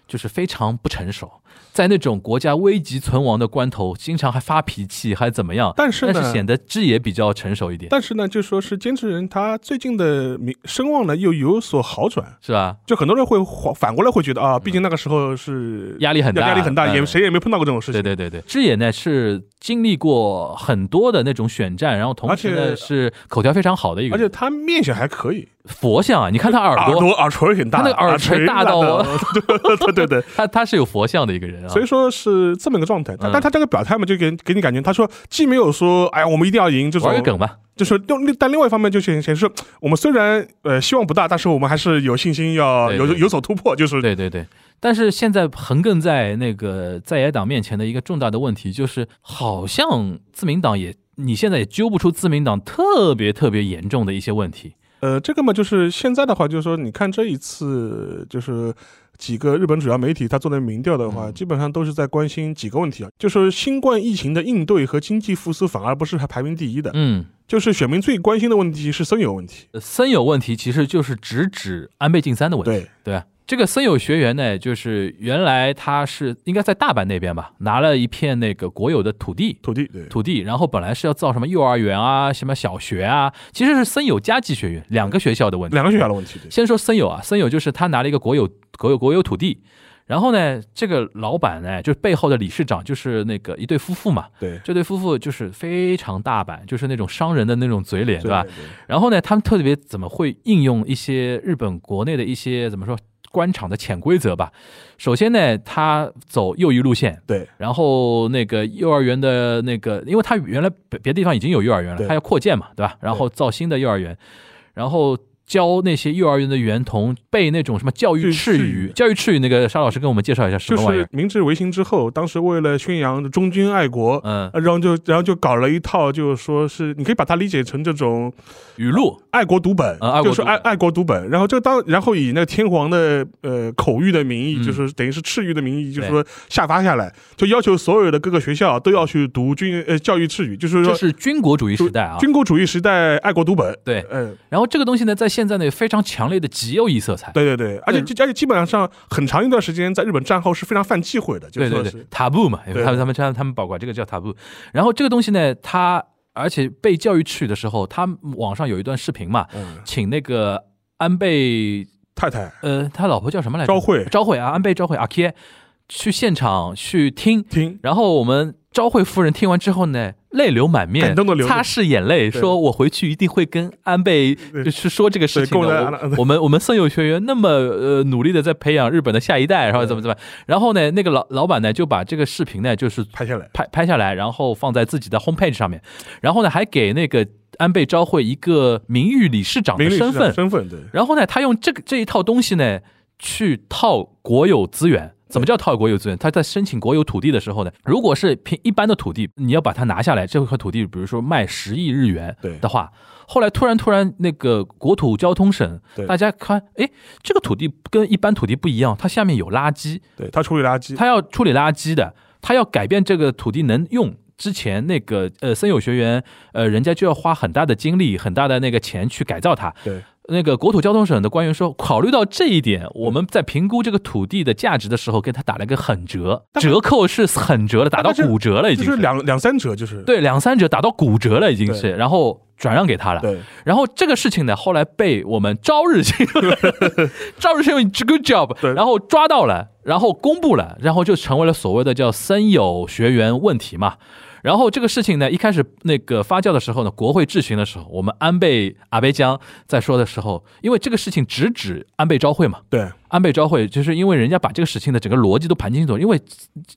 [SPEAKER 2] 就是非常不成熟，在那种国家危急存亡的关头，经常还发脾气，还怎么样？
[SPEAKER 3] 但是
[SPEAKER 2] 但
[SPEAKER 3] 呢，
[SPEAKER 2] 是显得志野比较成熟一点，
[SPEAKER 3] 但是呢，就说是坚持人，他最近的名声望呢又有所好转，
[SPEAKER 2] 是吧？
[SPEAKER 3] 就很多人会反反过来会觉得啊，毕竟那个时候是
[SPEAKER 2] 嗯压力很大，
[SPEAKER 3] 压力很大，
[SPEAKER 2] 嗯
[SPEAKER 3] 也谁也没碰到过这种事情。
[SPEAKER 2] 对对对对，志野呢是经历过很多的那种选战，然后同时
[SPEAKER 3] 而
[SPEAKER 2] 呢
[SPEAKER 3] 且
[SPEAKER 2] 是口条非常好的一个
[SPEAKER 3] 而且
[SPEAKER 2] 人。
[SPEAKER 3] 他面相还可以，
[SPEAKER 2] 佛像啊，你看他耳
[SPEAKER 3] 耳
[SPEAKER 2] 朵，
[SPEAKER 3] 耳垂很大，
[SPEAKER 2] 他那个耳垂
[SPEAKER 3] 垂
[SPEAKER 2] 大
[SPEAKER 3] 到
[SPEAKER 2] 到
[SPEAKER 3] 我，
[SPEAKER 2] <laughs>
[SPEAKER 3] 对对对对，
[SPEAKER 2] 他他是有佛像的一个人啊
[SPEAKER 3] 所。以说是这么一个状态。但
[SPEAKER 2] 嗯
[SPEAKER 3] 但他这个表态嘛，就给给你感觉，他说既没有说嗯哎呀我们一定要赢这
[SPEAKER 2] 玩个
[SPEAKER 3] 种，
[SPEAKER 2] 梗吧，
[SPEAKER 3] 就是另但另外一方面就显显示我们虽然呃希望不大，但是我们还是有信心要
[SPEAKER 2] 对
[SPEAKER 3] 有
[SPEAKER 2] 对
[SPEAKER 3] 有所突破，就是
[SPEAKER 2] 对对对。但是现在横亘在那个在野党面前的一个重大的问题，就是好像自民党也，你现在也揪不出自民党特别特别严重的一些问题。
[SPEAKER 3] 呃，这个嘛，就是现在的话，就是说，你看这一次就是。几个日本主要媒体他做的民调的话，
[SPEAKER 2] 嗯
[SPEAKER 3] 基本上都是在关心几个问题啊，就是新冠疫情的应对和经济复苏，反而不是排名第一的，
[SPEAKER 2] 嗯，
[SPEAKER 3] 就是选民最关心的问题是森友问题。
[SPEAKER 2] 呃森友问题其实就是直指安倍晋三的问题。
[SPEAKER 3] 对
[SPEAKER 2] 对吧？这个森友学园呢，就是原来他是应该在大阪那边吧，拿了一片那个国有的土地，
[SPEAKER 3] 土地，对
[SPEAKER 2] 土地，然后本来是要造什么幼儿园啊、什么小学啊，其实是森友加计学院两个学校的问题。
[SPEAKER 3] 两个学校的问题，对
[SPEAKER 2] 先说森友啊，森友就是他拿了一个国有国有国有土地，然后呢，这个老板呢，就是背后的理事长就是那个一对夫妇嘛，
[SPEAKER 3] 对
[SPEAKER 2] 这对夫妇就是非常大板，就是那种商人的那种嘴脸，对吧？
[SPEAKER 3] 对
[SPEAKER 2] 然后呢，他们特别怎么会应用一些日本国内的一些怎么说官场的潜规则吧？首先呢，他走右翼路线，
[SPEAKER 3] 对
[SPEAKER 2] 然后那个幼儿园的那个，因为他原来别别的地方已经有幼儿园了，
[SPEAKER 3] 对
[SPEAKER 2] 他要扩建嘛，对吧？然后造新的幼儿园，然后。教那些幼儿园的园童背那种什么教育
[SPEAKER 3] 是
[SPEAKER 2] 赤
[SPEAKER 3] 语
[SPEAKER 2] 语，教育赤语那个沙老师跟我们介绍一下什
[SPEAKER 3] 就
[SPEAKER 2] 么玩意
[SPEAKER 3] 是
[SPEAKER 2] 儿？
[SPEAKER 3] 明治维新之后，当时为了宣扬忠君爱国，
[SPEAKER 2] 嗯，
[SPEAKER 3] 呃然后就然后就搞了一套，就是说是你可以把它理解成这种
[SPEAKER 2] 语录，
[SPEAKER 3] 爱国读本，
[SPEAKER 2] 啊爱国
[SPEAKER 3] 就是
[SPEAKER 2] 读本
[SPEAKER 3] 爱爱国读本。然后这个当然后以那个天皇的呃口谕的名义，
[SPEAKER 2] 嗯
[SPEAKER 3] 就是等于是敕谕的名义，就是说下发下来，就要求所有的各个学校都要去读军呃教育敕谕，就是
[SPEAKER 2] 这
[SPEAKER 3] 说
[SPEAKER 2] 是军国主义时代啊。
[SPEAKER 3] 军国主义时代爱国读本。
[SPEAKER 2] 对，
[SPEAKER 3] 嗯，
[SPEAKER 2] 然后这个东西呢，在现在呢有非常强烈的极右翼色彩。
[SPEAKER 3] 对对对，而且而且基本上很长一段时间，在日本战后是非常犯忌讳的，就
[SPEAKER 2] 对
[SPEAKER 3] 是
[SPEAKER 2] 对
[SPEAKER 3] 说
[SPEAKER 2] 对
[SPEAKER 3] 是
[SPEAKER 2] ，taboo 嘛，因为
[SPEAKER 3] 对
[SPEAKER 2] 他们他们他们他们保管这个叫 taboo。然后这个东西呢，它而且被教育去的时候，他网上有一段视频嘛，
[SPEAKER 3] 嗯，
[SPEAKER 2] 请那个安倍，
[SPEAKER 3] 太太
[SPEAKER 2] 呃，他老婆叫什么来着？
[SPEAKER 3] 昭惠
[SPEAKER 2] 昭惠啊，安倍昭惠阿 K 去现场去听，
[SPEAKER 3] 听
[SPEAKER 2] 然后我们昭惠夫人听完之后呢，泪流满面
[SPEAKER 3] 感动的，流
[SPEAKER 2] 擦拭眼泪，
[SPEAKER 3] 对
[SPEAKER 2] 说我回去一定会跟安倍
[SPEAKER 3] 对
[SPEAKER 2] 就是说这个事情
[SPEAKER 3] 对跟我
[SPEAKER 2] 的
[SPEAKER 3] 的。
[SPEAKER 2] 我我们我们森友学员那么呃努力的在培养日本的下一代，然后怎么怎么，然后呢，那个老老板呢就把这个视频呢就是
[SPEAKER 3] 拍下来，
[SPEAKER 2] 拍拍下来，然后放在自己的 homepage 上面，然后呢还给那个安倍昭惠一个名誉理事长
[SPEAKER 3] 名
[SPEAKER 2] 的
[SPEAKER 3] 利
[SPEAKER 2] 哦身
[SPEAKER 3] 是这样
[SPEAKER 2] 份，
[SPEAKER 3] 身份对。
[SPEAKER 2] 然后呢，他用这个这一套东西呢去套国有资源。怎么叫套国有资源？他在申请国有土地的时候呢，如果是凭一般的土地，你要把它拿下来，这块土地比如说卖十亿日元
[SPEAKER 3] 对
[SPEAKER 2] 的话，后来突然突然那个国土交通省
[SPEAKER 3] 对，
[SPEAKER 2] 大家看，哎，这个土地跟一般土地不一样，它下面有垃圾，
[SPEAKER 3] 对他处理垃圾，
[SPEAKER 2] 他要处理垃圾的，他要改变这个土地能用。之前那个呃森友学员，呃，人家就要花很大的精力、很大的那个钱去改造它。
[SPEAKER 3] 对
[SPEAKER 2] 那个国土交通省的官员说，考虑到这一点，我们在评估这个土地的价值的时候，给他打了个狠折，折扣是很折了，打到
[SPEAKER 3] 大概是
[SPEAKER 2] 骨折了已
[SPEAKER 3] 就
[SPEAKER 2] 经
[SPEAKER 3] 是两两三折，就是
[SPEAKER 2] 对两三折，打到骨折了已经是，
[SPEAKER 3] 对
[SPEAKER 2] 然后转让给他了。
[SPEAKER 3] 对
[SPEAKER 2] 然后这个事情呢，后来被我们朝日新闻， <laughs> 朝日新闻 good job，
[SPEAKER 3] 对
[SPEAKER 2] 然后抓到了，然后公布了，然后就成为了所谓的叫森友学员问题嘛。然后这个事情呢，一开始那个发酵的时候呢，国会质询的时候，我们安倍阿倍江在说的时候，因为这个事情直指安倍昭惠嘛，
[SPEAKER 3] 对
[SPEAKER 2] 安倍昭惠，就是因为人家把这个事情的整个逻辑都盘清楚，因为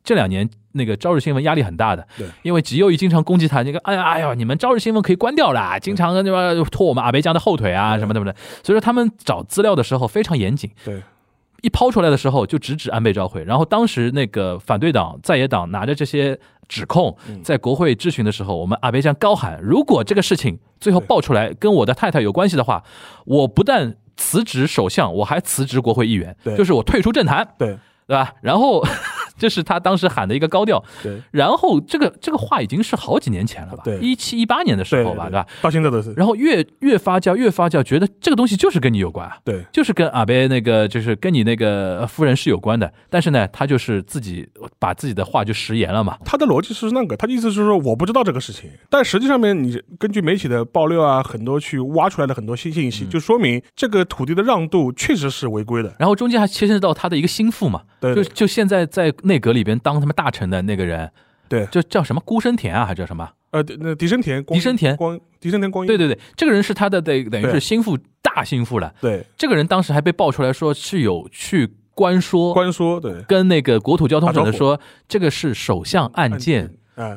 [SPEAKER 2] 这两年那个朝日新闻压力很大的
[SPEAKER 3] 对，
[SPEAKER 2] 因为吉右一经常攻击他，那个哎呀哎呀，你们朝日新闻可以关掉啦，经常那吧拖我们阿倍江的后腿啊什么什么的，所以说他们找资料的时候非常严谨，
[SPEAKER 3] 对
[SPEAKER 2] 一抛出来的时候就直指安倍昭惠，然后当时那个反对党在野党拿着这些指控，在国会质询的时候，我们安倍将高喊：如果这个事情最后爆出来跟我的太太有关系的话，我不但辞职首相，我还辞职国会议员，
[SPEAKER 3] 对
[SPEAKER 2] 就是我退出政坛，
[SPEAKER 3] 对
[SPEAKER 2] 对吧？然后 <laughs> 这是他当时喊的一个高调，
[SPEAKER 3] 对
[SPEAKER 2] 然后这个这个话已经是好几年前了吧，
[SPEAKER 3] 对
[SPEAKER 2] 一七一八年的时
[SPEAKER 3] 对
[SPEAKER 2] 候吧，对吧？？
[SPEAKER 3] 到现在都是
[SPEAKER 2] 然后越越发酵，越发酵，觉得这个东西就是跟你有关啊。
[SPEAKER 3] 对
[SPEAKER 2] 就是跟阿贝那个，就是跟你那个呃夫人是有关的，但是呢，他就是自己把自己的话就食言了嘛。
[SPEAKER 3] 他的逻辑是那个，他的意思是说我不知道这个事情，但实际上面你根据媒体的爆料啊，很多去挖出来的很多新信
[SPEAKER 2] 嗯
[SPEAKER 3] 息，就说明这个土地的让渡确实是违规的。
[SPEAKER 2] 然后中间还牵涉到他的一个心腹嘛，
[SPEAKER 3] 对
[SPEAKER 2] 就
[SPEAKER 3] 对
[SPEAKER 2] 就现在在内阁里边当他们大臣的那个人，
[SPEAKER 3] 对
[SPEAKER 2] 就叫什么孤生田啊，还叫什么？
[SPEAKER 3] 呃，那狄生田光
[SPEAKER 2] 狄生田
[SPEAKER 3] 光狄生田光一
[SPEAKER 2] 对对对，这个人是他的等等于是
[SPEAKER 3] 对
[SPEAKER 2] 心腹大心腹了。
[SPEAKER 3] 对
[SPEAKER 2] 这个人当时还被爆出来说是有去官说，
[SPEAKER 3] 官说对
[SPEAKER 2] 跟那个国土交通省的
[SPEAKER 3] 打招呼
[SPEAKER 2] 说这个是首相案件，
[SPEAKER 3] 啊，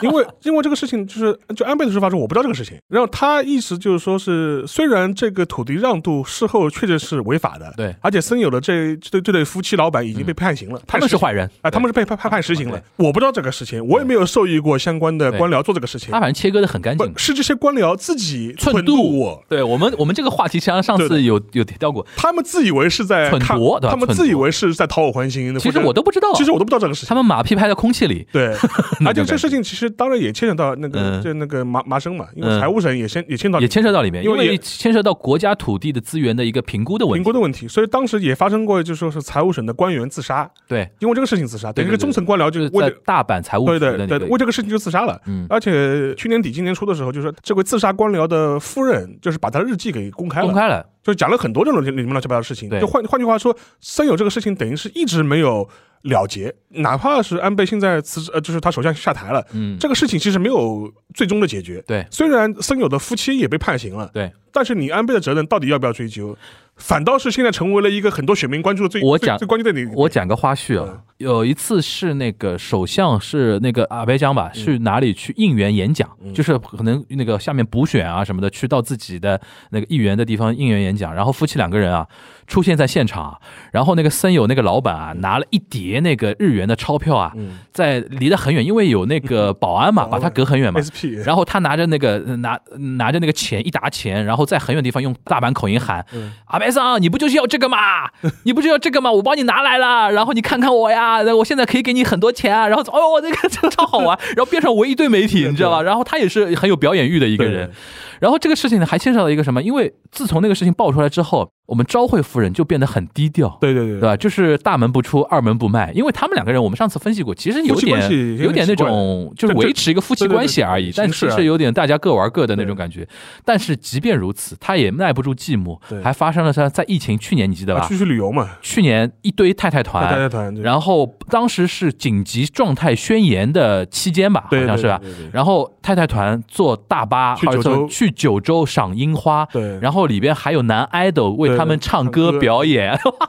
[SPEAKER 3] 因为因为这个事情就是就安倍的说法是我不知道这个事情，然后他意思就是说是虽然这个土地让渡事后确实是违法的，
[SPEAKER 2] 对嗯
[SPEAKER 3] 而且森友的这这对这对夫妻老板已经被判刑了，
[SPEAKER 2] 他们是
[SPEAKER 3] 判
[SPEAKER 2] 坏人
[SPEAKER 3] 啊，他们是被判判判实刑了，我不知道这个事情，我也没有授意过相关的
[SPEAKER 2] 对
[SPEAKER 3] 官僚做这个事情
[SPEAKER 2] 他，反正切割的很干净
[SPEAKER 3] 不。是这些官僚自己
[SPEAKER 2] 寸
[SPEAKER 3] 度我。
[SPEAKER 2] 对我们，我们这个话题上上
[SPEAKER 3] 对
[SPEAKER 2] 次有有提到过，
[SPEAKER 3] 他们自以为是在
[SPEAKER 2] 篡
[SPEAKER 3] 看
[SPEAKER 2] 夺对吧
[SPEAKER 3] 他们
[SPEAKER 2] 篡夺
[SPEAKER 3] 自以为是在讨我欢心。
[SPEAKER 2] 其实
[SPEAKER 3] 或者
[SPEAKER 2] 我都不知道啊，
[SPEAKER 3] 其实我都不知道这个事情
[SPEAKER 2] 他。们马屁拍在空气里， <laughs>
[SPEAKER 3] 对，
[SPEAKER 2] 那
[SPEAKER 3] 而且
[SPEAKER 2] 种感觉
[SPEAKER 3] 这事情其实当然也牵扯到那个，
[SPEAKER 2] 嗯
[SPEAKER 3] 就那个麻麻生嘛，因为
[SPEAKER 2] 嗯
[SPEAKER 3] 财务省也牵也牵扯到
[SPEAKER 2] 也牵涉到里面，因
[SPEAKER 3] 因为
[SPEAKER 2] 为
[SPEAKER 3] 也
[SPEAKER 2] 牵涉到国家土地的资源的一个评估的问
[SPEAKER 3] 评
[SPEAKER 2] 题。
[SPEAKER 3] 估的问题，所以当时也发生过，就是说是财务省的官员自杀，
[SPEAKER 2] 对，
[SPEAKER 3] 因为这个事情自杀，
[SPEAKER 2] 对
[SPEAKER 3] 等
[SPEAKER 2] 对
[SPEAKER 3] 于一个中层官僚
[SPEAKER 2] 就
[SPEAKER 3] 就
[SPEAKER 2] 是是
[SPEAKER 3] 为
[SPEAKER 2] 在
[SPEAKER 3] 了。
[SPEAKER 2] 大阪财务
[SPEAKER 3] 对
[SPEAKER 2] 局
[SPEAKER 3] 对
[SPEAKER 2] 的
[SPEAKER 3] 对
[SPEAKER 2] 那
[SPEAKER 3] 对，为
[SPEAKER 2] 个，
[SPEAKER 3] 这个事情就自杀了，
[SPEAKER 2] 嗯
[SPEAKER 3] 而且去年底今年初的时候，就是说这个自杀官僚的夫人，就是把他日记给公开了，
[SPEAKER 2] 公开了，
[SPEAKER 3] 就讲了很多这种里面乱七八糟的事情。
[SPEAKER 2] 对
[SPEAKER 3] 就换换句话说，森友这个事情等于是一直没有了结，哪怕是安倍现在辞职，呃，就是他首相下台了，
[SPEAKER 2] 嗯，
[SPEAKER 3] 这个事情其实没有最终的解决。
[SPEAKER 2] 对
[SPEAKER 3] 虽然森友的夫妻也被判刑了，
[SPEAKER 2] 对。
[SPEAKER 3] 但是你安倍的责任到底要不要追究，反倒是现在成为了一个很多选民关注的最
[SPEAKER 2] 我
[SPEAKER 3] 最
[SPEAKER 2] 讲
[SPEAKER 3] 最关键的一个
[SPEAKER 2] 我讲个花絮啊，有一次是那个首相是那个阿贝江吧，去哪里去应援演讲，就是可能那个下面补选啊什么的，去到自己的那个议员的地方应援演讲，然后夫妻两个人啊出现在现场啊，然后那个森友那个老板啊拿了一叠那个日元的钞票啊，在离得很远，因为有那个保安嘛，把他隔很远嘛。
[SPEAKER 3] SP，
[SPEAKER 2] 然后他拿着那个呃拿拿着那个钱一沓钱，然后在很远地方用大阪口音喊：“阿白桑，你不就是要这个吗？ <laughs> 你不就要这个吗？我帮你拿来了，然后你看看我呀，我现在可以给你很多钱啊。”然后哦，那个 <laughs> 这个超好玩，然后边上围一堆媒体，你知道吧？然后他也是很有表演欲的一个人
[SPEAKER 3] 对。
[SPEAKER 2] 然后这个事情呢，还牵扯到一个什么？因为自从那个事情爆出来之后，我们昭惠夫人就变得很低调。
[SPEAKER 3] 对对对
[SPEAKER 2] 对吧？就是大门不出，二门不迈，因为他们两个人，我们上次分析过，其实有
[SPEAKER 3] 夫妻关系
[SPEAKER 2] 点有点那种，就是维持一个夫妻关系而已，
[SPEAKER 3] 对对
[SPEAKER 2] 但
[SPEAKER 3] 对
[SPEAKER 2] 其
[SPEAKER 3] 形式
[SPEAKER 2] 实
[SPEAKER 3] 啊
[SPEAKER 2] 有点大家各玩各的那种感觉。但是即便如此，他也耐不住寂寞，
[SPEAKER 3] 对
[SPEAKER 2] 还发生了在在疫情去年你记得
[SPEAKER 3] 啊
[SPEAKER 2] 吧？
[SPEAKER 3] 出去旅游嘛，
[SPEAKER 2] 去年一堆太太
[SPEAKER 3] 大
[SPEAKER 2] 团，
[SPEAKER 3] 家团，对
[SPEAKER 2] 啊然后当时是紧急状态宣言的期间吧，好
[SPEAKER 3] 对
[SPEAKER 2] 像是吧？
[SPEAKER 3] 对对对对
[SPEAKER 2] 然后太太团坐大巴
[SPEAKER 3] 去
[SPEAKER 2] 或者
[SPEAKER 3] 九州
[SPEAKER 2] 说去九州赏樱花，
[SPEAKER 3] 对
[SPEAKER 2] 然后里边还有男 idol 为
[SPEAKER 3] 对
[SPEAKER 2] 他们唱歌
[SPEAKER 3] 唱歌
[SPEAKER 2] 表演， <laughs> 哇，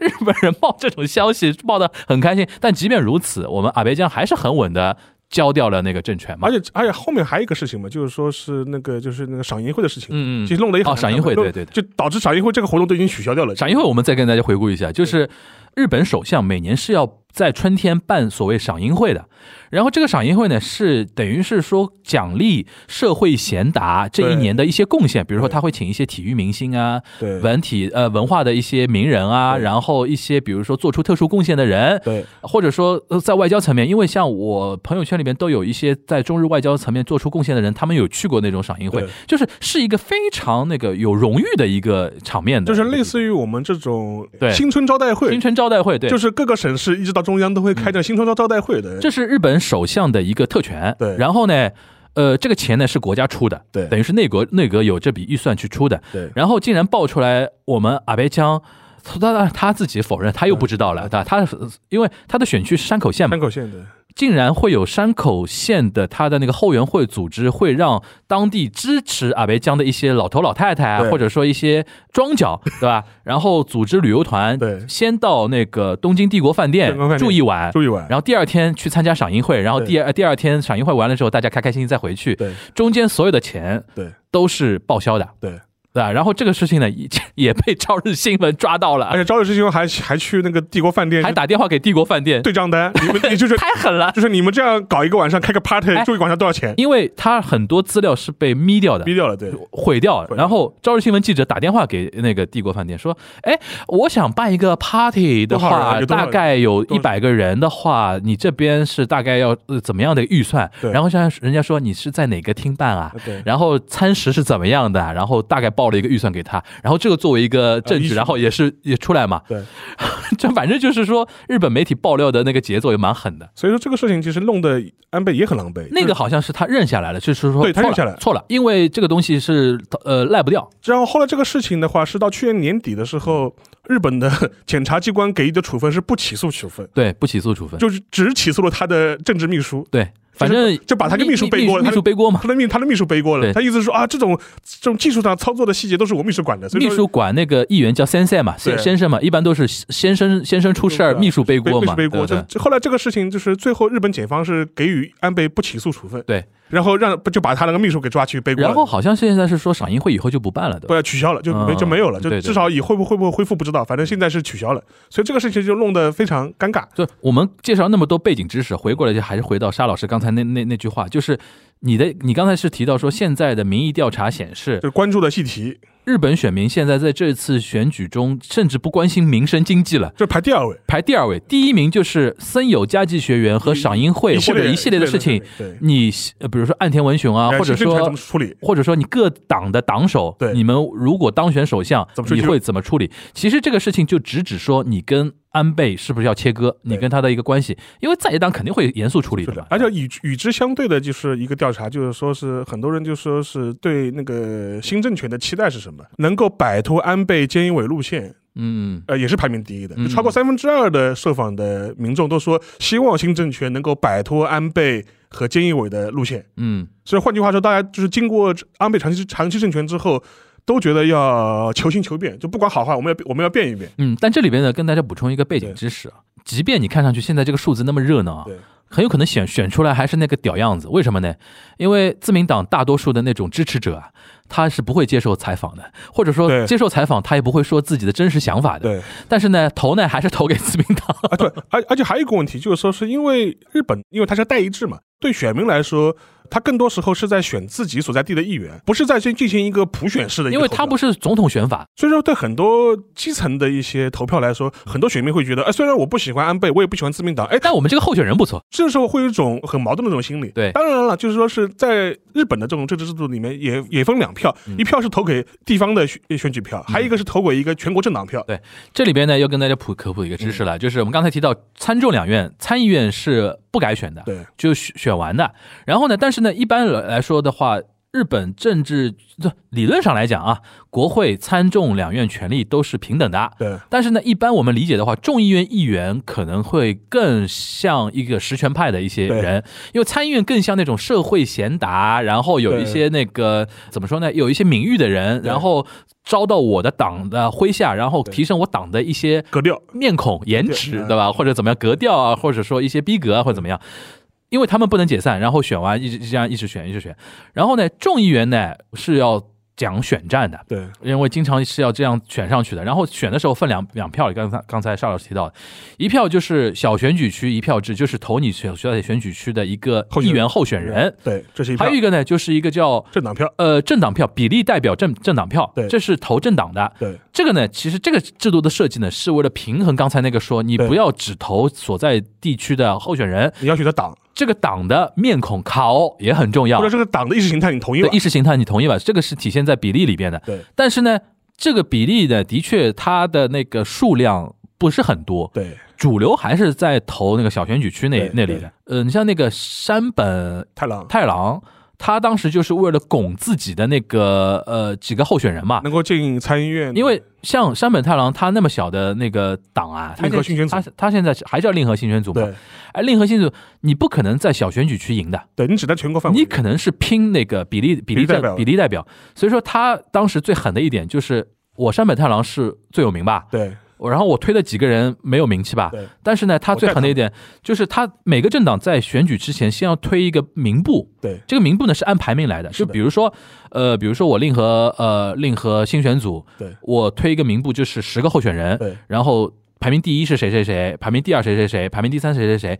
[SPEAKER 2] 日本人报这种消息报的很开心。但即便如此，我们阿贝江还是很稳的交掉了那个政权嘛
[SPEAKER 3] 而。且而且后面还有一个事情嘛，就是说是那个就是那个赏樱会的事情，
[SPEAKER 2] 嗯嗯
[SPEAKER 3] 其实弄得也很
[SPEAKER 2] 哦赏樱会对对对
[SPEAKER 3] 就导致赏樱会这个活动都已经取消掉了。
[SPEAKER 2] 赏一会我们再跟大家回顾一下，就是日本首相每年是要在春天办所谓赏樱会的，然后这个赏樱会呢是等于是说奖励社会贤达这一
[SPEAKER 3] 对
[SPEAKER 2] 年的一些贡献，比如说
[SPEAKER 3] 对
[SPEAKER 2] 他会请一些体育明星啊，
[SPEAKER 3] 对
[SPEAKER 2] 文体呃文化的一些名人啊，
[SPEAKER 3] 对
[SPEAKER 2] 然后一些比如说做出特殊贡献的人，
[SPEAKER 3] 对
[SPEAKER 2] 或者说呃在外交层面，因为像我朋友圈里面都有一些在中日外交层面做出贡献的人，他们有去过那种赏樱会
[SPEAKER 3] 对，
[SPEAKER 2] 就是是一个非常那个有荣誉的一个场面的，
[SPEAKER 3] 就是类似
[SPEAKER 2] 于
[SPEAKER 3] 于我们这种
[SPEAKER 2] 对
[SPEAKER 3] 新春招待会
[SPEAKER 2] 新，春招待会，对，嗯
[SPEAKER 3] 就是各个省市一直到中央都会开展新春招招待会的。
[SPEAKER 2] 这是日本首相的一个特权。
[SPEAKER 3] 对
[SPEAKER 2] 然后呢，呃，这个钱呢是国家出的，
[SPEAKER 3] 对
[SPEAKER 2] 等于是内阁内阁有这笔预算去出的。
[SPEAKER 3] 对
[SPEAKER 2] 然后竟然爆出来，我们阿贝江，他他他自己否认，他又不知道了，对吧？他因为他的选区是山口县嘛
[SPEAKER 3] 山，口县的，
[SPEAKER 2] 竟然会有山口县的他的那个后援会组织，会让当地支持阿贝江的一些老头老太太啊，
[SPEAKER 3] 对
[SPEAKER 2] 或者说一些庄
[SPEAKER 3] <laughs>
[SPEAKER 2] 脚，对吧？然后组织旅游团，
[SPEAKER 3] 对
[SPEAKER 2] 先到那个东京帝国饭店
[SPEAKER 3] 帝国饭店
[SPEAKER 2] 住一晚，
[SPEAKER 3] 注意完。
[SPEAKER 2] 然后第二天去参加赏樱会，然后第二第二天赏樱会完了之后，大家开开心心再回去，
[SPEAKER 3] 对
[SPEAKER 2] 中间所有的钱
[SPEAKER 3] 对
[SPEAKER 2] 都是报销的，
[SPEAKER 3] 对，
[SPEAKER 2] 对吧？然后这个事情呢，也 <laughs> 也被朝日新闻抓到
[SPEAKER 3] 而
[SPEAKER 2] 了，
[SPEAKER 3] 且招惹之前还还去那个帝国饭店
[SPEAKER 2] 还打电话给帝国饭店，
[SPEAKER 3] 对
[SPEAKER 2] <laughs>
[SPEAKER 3] 账单，你们你就是，
[SPEAKER 2] 太狠了
[SPEAKER 3] 就是你们这样搞一个晚上开个 party，
[SPEAKER 2] 哎
[SPEAKER 3] 住一个晚上多少钱？
[SPEAKER 2] 因为他很多资料是被眯掉的
[SPEAKER 3] 逼。掉了，对
[SPEAKER 2] 毁掉了
[SPEAKER 3] 毁掉
[SPEAKER 2] 然后朝日新闻记者打电话给那个帝国饭店说：“哎，我想办一个 party 的
[SPEAKER 3] 多少
[SPEAKER 2] 话，
[SPEAKER 3] 人有多少
[SPEAKER 2] 大
[SPEAKER 3] 人
[SPEAKER 2] 概有
[SPEAKER 3] 多
[SPEAKER 2] 一
[SPEAKER 3] 少
[SPEAKER 2] 百个人的话，你这边是大概要、呃、怎么样的预算？”
[SPEAKER 3] 对
[SPEAKER 2] 然后像人家说你是在哪个厅办啊？
[SPEAKER 3] 对 <laughs>
[SPEAKER 2] 然后餐食是怎么样的，然后大概报了一个预算给他，然后这个作为一个证
[SPEAKER 3] 依
[SPEAKER 2] 据，
[SPEAKER 3] 据
[SPEAKER 2] 然后也是也出来嘛， <laughs>
[SPEAKER 3] 对。
[SPEAKER 2] 这反正就是说日本媒体爆料的那个节奏也蛮狠的。
[SPEAKER 3] 所以说这个事情其实弄得安倍也很狼狈。
[SPEAKER 2] 那个好像是他认下来了，就是说
[SPEAKER 3] 对他
[SPEAKER 2] 错
[SPEAKER 3] 认下来
[SPEAKER 2] 了错了，因为这个东西是呃赖不掉，
[SPEAKER 3] 然后后来这个事情的话，是到去年年底的时候，日本的检察机关给予的处分是不起诉处分，
[SPEAKER 2] 对不起诉处分，
[SPEAKER 3] 就是只起诉了他的政治秘书。
[SPEAKER 2] 对，反正
[SPEAKER 3] 就把他跟秘书背锅了
[SPEAKER 2] 秘
[SPEAKER 3] 他
[SPEAKER 2] 秘书背锅嘛。
[SPEAKER 3] 他的秘他的秘书背锅了，
[SPEAKER 2] 对
[SPEAKER 3] 他意思是说啊，这种这种技术上操作的细节都是我秘书管的，所以
[SPEAKER 2] 秘
[SPEAKER 3] 说
[SPEAKER 2] 书管那个议员叫先生嘛，先
[SPEAKER 3] 对啊
[SPEAKER 2] 先生嘛，一般都是先生先生出事儿，
[SPEAKER 3] 对
[SPEAKER 2] 秘书背
[SPEAKER 3] 背
[SPEAKER 2] 锅
[SPEAKER 3] 秘
[SPEAKER 2] 嘛，
[SPEAKER 3] 书背锅。
[SPEAKER 2] 对
[SPEAKER 3] 这
[SPEAKER 2] 不对
[SPEAKER 3] 这后来这个事情就是最后日本检方是给予安倍不起诉处分，
[SPEAKER 2] 对，
[SPEAKER 3] 然后让不就把他那个秘书给抓去背锅了，
[SPEAKER 2] 然后好像现在是说赏樱会以后就不办了，对
[SPEAKER 3] 不
[SPEAKER 2] 吧？
[SPEAKER 3] 要取消了，就
[SPEAKER 2] 嗯
[SPEAKER 3] 没就没有了，就
[SPEAKER 2] 对对
[SPEAKER 3] 至少以会不会不会恢复不知道，反正现在是取消了，所以这个事情就弄得非常尴尬。
[SPEAKER 2] 就我们介绍那么多背景知识，回过来就还是回到沙老师刚才那那那句话，就是你的你刚才是提到说，现在的民意调查显示，
[SPEAKER 3] 就关注的细题，
[SPEAKER 2] 日本选民现在在这次选举中甚至不关心民生经济了。
[SPEAKER 3] 就排第二位，
[SPEAKER 2] 排第二位，第一名就是森友加计学员和赏樱会
[SPEAKER 3] 一系
[SPEAKER 2] 或
[SPEAKER 3] 列
[SPEAKER 2] 者一系列的事情，
[SPEAKER 3] 对，
[SPEAKER 2] 你呃比如说岸田文雄啊，
[SPEAKER 3] 呃
[SPEAKER 2] 或者
[SPEAKER 3] 行政
[SPEAKER 2] 说
[SPEAKER 3] 权怎么处理？
[SPEAKER 2] 或者说你各党的党首，
[SPEAKER 3] 对
[SPEAKER 2] 你们如果当选首相
[SPEAKER 3] 怎么，处理
[SPEAKER 2] 你会怎么处理？其实这个事情就直指说你跟安倍是不是要切割，你跟他的一个关系，因为在野党肯定会严肃处理的
[SPEAKER 3] 是
[SPEAKER 2] 啊
[SPEAKER 3] 的
[SPEAKER 2] 嘛，。
[SPEAKER 3] 而且与与之相对的就是一个调查，就是说是很多人就说是对那个新政权的期待是什么？能够摆脱安倍菅义伟路线，
[SPEAKER 2] 嗯，
[SPEAKER 3] 呃，也是排名第一的，
[SPEAKER 2] 嗯
[SPEAKER 3] 就超过三分之二的受访的民众都说希望新政权能够摆脱安倍和菅义伟的路线。
[SPEAKER 2] 嗯
[SPEAKER 3] 所以换句话说，大家就是经过安倍长期长期政权之后，都觉得要求新求变，就不管好坏，我们要我们要变一变。
[SPEAKER 2] 嗯，但这里边呢，跟大家补充一个背景知识啊，即便你看上去现在这个数字那么热闹啊
[SPEAKER 3] 对。
[SPEAKER 2] 很有可能选选出来还是那个屌样子，为什么呢？因为自民党大多数的那种支持者啊，他是不会接受采访的，或者说
[SPEAKER 3] 对
[SPEAKER 2] 接受采访他也不会说自己的真实想法的。
[SPEAKER 3] 对，
[SPEAKER 2] 但是呢，投呢还是投给自民党。
[SPEAKER 3] 啊对，而而且还有一个问题，就是说是因为日本，因为它是代议制嘛，对选民来说，他更多时候是在选自己所在地的议员，不是在进进行一个普选式的一个
[SPEAKER 2] 因
[SPEAKER 3] 投票。
[SPEAKER 2] 为他不是总统选法，
[SPEAKER 3] 所以说对很多基层的一些投票来说，很多选民会觉得，哎，虽然我不喜欢安倍，我也不喜欢自民党，哎，
[SPEAKER 2] 但我们这个候选人不错。
[SPEAKER 3] 这时候会有一种很矛盾的这种心理。
[SPEAKER 2] 对
[SPEAKER 3] 当然了，就是说是在日本的这种政治制度里面也，也分两票，
[SPEAKER 2] 嗯
[SPEAKER 3] 一票是投给地方的选选举票，还有一个是投给一个全国政党票。
[SPEAKER 2] 对，这里边呢要跟大家普科普一个知识
[SPEAKER 3] 嗯
[SPEAKER 2] 了，就是我们刚才提到参众两院，参议院是不改选的，
[SPEAKER 3] 对，
[SPEAKER 2] 就选选完的。然后呢，但是呢，一般来说的话，日本政治这理论上来讲啊，国会参众两院权力都是平等的。
[SPEAKER 3] 对
[SPEAKER 2] 但是呢，一般我们理解的话，众议院议员可能会更像一个实权派的一些人，因为参议院更像那种社会贤达，然后有
[SPEAKER 3] 对
[SPEAKER 2] 一些那个怎么说呢，有一些名誉的人，
[SPEAKER 3] 对
[SPEAKER 2] 然后招到我的党的麾下，然后提升我党的一些
[SPEAKER 3] 格调
[SPEAKER 2] 面孔、颜
[SPEAKER 3] 对
[SPEAKER 2] 值，
[SPEAKER 3] 嗯
[SPEAKER 2] 对吧？或者怎么样格调啊，或者说一些逼格啊，或者怎么样。因为他们不能解散，然后选完一直这样一直选一直选，然后呢，众议员呢是要讲选战的，
[SPEAKER 3] 对，
[SPEAKER 2] 因为经常是要这样选上去的。然后选的时候分两两票，刚才刚才邵老师提到的，一票就是小选举区一票制，就是投你所在选举区的一个
[SPEAKER 3] 候选
[SPEAKER 2] 议
[SPEAKER 3] 人
[SPEAKER 2] 员候选人。
[SPEAKER 3] 对，这是一票
[SPEAKER 2] 还有一个呢，就是一个叫
[SPEAKER 3] 政党票，
[SPEAKER 2] 呃政党票，比例代表政政党票
[SPEAKER 3] 对，
[SPEAKER 2] 这是投政党的。
[SPEAKER 3] 对，
[SPEAKER 2] 这个呢，其实这个制度的设计呢，是为了平衡刚才那个说，你
[SPEAKER 3] 对
[SPEAKER 2] 不要只投所在地区的候选人，
[SPEAKER 3] 你要选择党，
[SPEAKER 2] 这个党的面孔卡欧也很重要
[SPEAKER 3] 或者。这个党的意识形态，你同意
[SPEAKER 2] 对
[SPEAKER 3] 吧
[SPEAKER 2] 意？识形态，你同意吧？这个是体现在比例里边的。
[SPEAKER 3] 对
[SPEAKER 2] 但是呢，这个比例呢，的确它的那个数量不是很多，
[SPEAKER 3] 对，
[SPEAKER 2] 主流还是在投那个小选举区那
[SPEAKER 3] 对
[SPEAKER 2] 那里的。呃，你像那个山本
[SPEAKER 3] 太郎
[SPEAKER 2] 太郎，他当时就是为了拱自己的那个呃几个候选人嘛，
[SPEAKER 3] 能够进参议院，
[SPEAKER 2] 因为像山本太郎他那么小的那个党啊，他
[SPEAKER 3] 令和新选组
[SPEAKER 2] 他他现在还叫令和新选组嘛
[SPEAKER 3] 对，
[SPEAKER 2] 哎，令和新选组你不可能在小选举区赢的，
[SPEAKER 3] 对你只在全国范围，
[SPEAKER 2] 你可能是拼那个比例比例
[SPEAKER 3] 比例代
[SPEAKER 2] 代
[SPEAKER 3] 表
[SPEAKER 2] 比例代表，所以说他当时最狠的一点就是我山本太郎是最有名吧，
[SPEAKER 3] 对
[SPEAKER 2] 我然后我推的几个人没有名气吧，
[SPEAKER 3] 对
[SPEAKER 2] 但是呢，他
[SPEAKER 3] 我
[SPEAKER 2] 最
[SPEAKER 3] 带
[SPEAKER 2] 狠的一点就是他每个政党在选举之前先要推一个名簿，
[SPEAKER 3] 对
[SPEAKER 2] 这个名簿呢是按排名来的，
[SPEAKER 3] 是
[SPEAKER 2] 就
[SPEAKER 3] 的
[SPEAKER 2] 比如说呃，比如说我令和呃令和新选组，
[SPEAKER 3] 对
[SPEAKER 2] 我推一个名簿就是十个候选人，
[SPEAKER 3] 对
[SPEAKER 2] 然后排名第一是谁谁谁，排名第二谁谁谁，排名第三谁谁谁，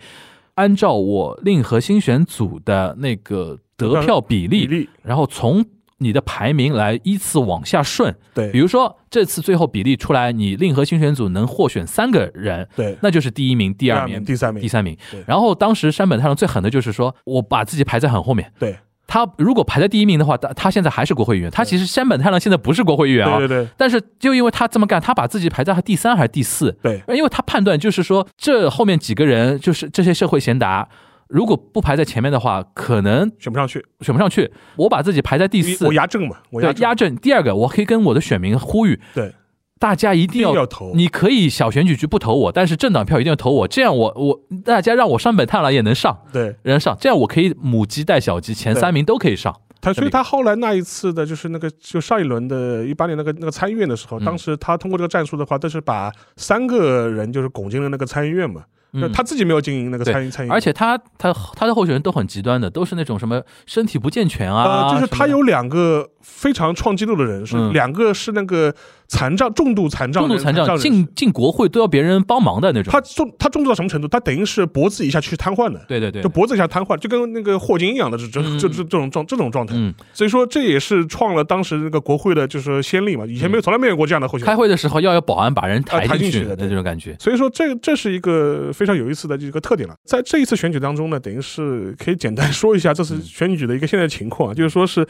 [SPEAKER 2] 按照我令和新选组的那个得票比例，
[SPEAKER 3] 比例，
[SPEAKER 2] 然后从你的排名来依次往下顺。
[SPEAKER 3] 对
[SPEAKER 2] 比如说这次最后比例出来，你令和新选组能获选三个人，
[SPEAKER 3] 对
[SPEAKER 2] 那就是第一名、第
[SPEAKER 3] 第
[SPEAKER 2] 二
[SPEAKER 3] 名、
[SPEAKER 2] 名、
[SPEAKER 3] 第三名，
[SPEAKER 2] 第三名
[SPEAKER 3] 对。
[SPEAKER 2] 然后当时山本太郎最狠的就是说，我把自己排在很后面。
[SPEAKER 3] 对
[SPEAKER 2] 他如果排在第一名的话，他他现在还是国会议员。他其实山本太郎现在不是国会议员啊，
[SPEAKER 3] 对对对
[SPEAKER 2] 但是就因为他这么干，他把自己排在第三还是第四？
[SPEAKER 3] 对
[SPEAKER 2] 因为他判断就是说，这后面几个人就是这些社会贤达，如果不排在前面的话，可能
[SPEAKER 3] 选不上去，
[SPEAKER 2] 选不上去。我把自己排在第四
[SPEAKER 3] 我，压正嘛，我
[SPEAKER 2] 对
[SPEAKER 3] 压正
[SPEAKER 2] 压阵。第二个，我可以跟我的选民呼吁，
[SPEAKER 3] 对，
[SPEAKER 2] 大家一定
[SPEAKER 3] 一定要
[SPEAKER 2] 要。
[SPEAKER 3] 投，
[SPEAKER 2] 你可以小选举区不投我，但是政党票一定要投我，这样我我大家让我上本太郎也能上，
[SPEAKER 3] 对
[SPEAKER 2] 能上，这样我可以母鸡带小鸡，前
[SPEAKER 3] 对
[SPEAKER 2] 三名都可以上。
[SPEAKER 3] 他，所
[SPEAKER 2] 这
[SPEAKER 3] 以
[SPEAKER 2] 里
[SPEAKER 3] 他后来那一次的，就是那个就上一轮的，一八年那个那个参议院的时候，
[SPEAKER 2] 嗯
[SPEAKER 3] 当时他通过这个战术的话，都是把三个人就是拱进了那个参议院嘛，那
[SPEAKER 2] 嗯
[SPEAKER 3] 他自己没有进那个
[SPEAKER 2] 对
[SPEAKER 3] 参议参议院，
[SPEAKER 2] 而且他他他的候选人都很极端的，都是那种什么身体不健全啊，
[SPEAKER 3] 呃，就是他
[SPEAKER 2] 什么
[SPEAKER 3] 有两个非常创纪录的人，是
[SPEAKER 2] 嗯
[SPEAKER 3] 两个是那个残障重度残障
[SPEAKER 2] 重度
[SPEAKER 3] 人
[SPEAKER 2] 残
[SPEAKER 3] 障
[SPEAKER 2] 障，
[SPEAKER 3] 人
[SPEAKER 2] 进进国会都要别人帮忙的那种。
[SPEAKER 3] 他重他重度到什么程度？他等于是脖子以下去瘫痪的。
[SPEAKER 2] 对对对
[SPEAKER 3] 就，脖子以下瘫痪，就跟那个霍金一样的，这这
[SPEAKER 2] 嗯
[SPEAKER 3] 这这这种状这种状态，
[SPEAKER 2] 嗯，
[SPEAKER 3] 所以说这也是创了当时那个国会的就是先例嘛，以
[SPEAKER 2] 嗯
[SPEAKER 3] 前没有从来没有过这样的候选人
[SPEAKER 2] 开。会的时候要有保安把人抬
[SPEAKER 3] 抬进去
[SPEAKER 2] 去
[SPEAKER 3] 的
[SPEAKER 2] 的
[SPEAKER 3] 对
[SPEAKER 2] 那种感觉。
[SPEAKER 3] 所以说这这是一个非常有意思的这个特点了。在这一次选举当中呢，等于是可以简单说一下这次选举的一个现在情况啊，就是说是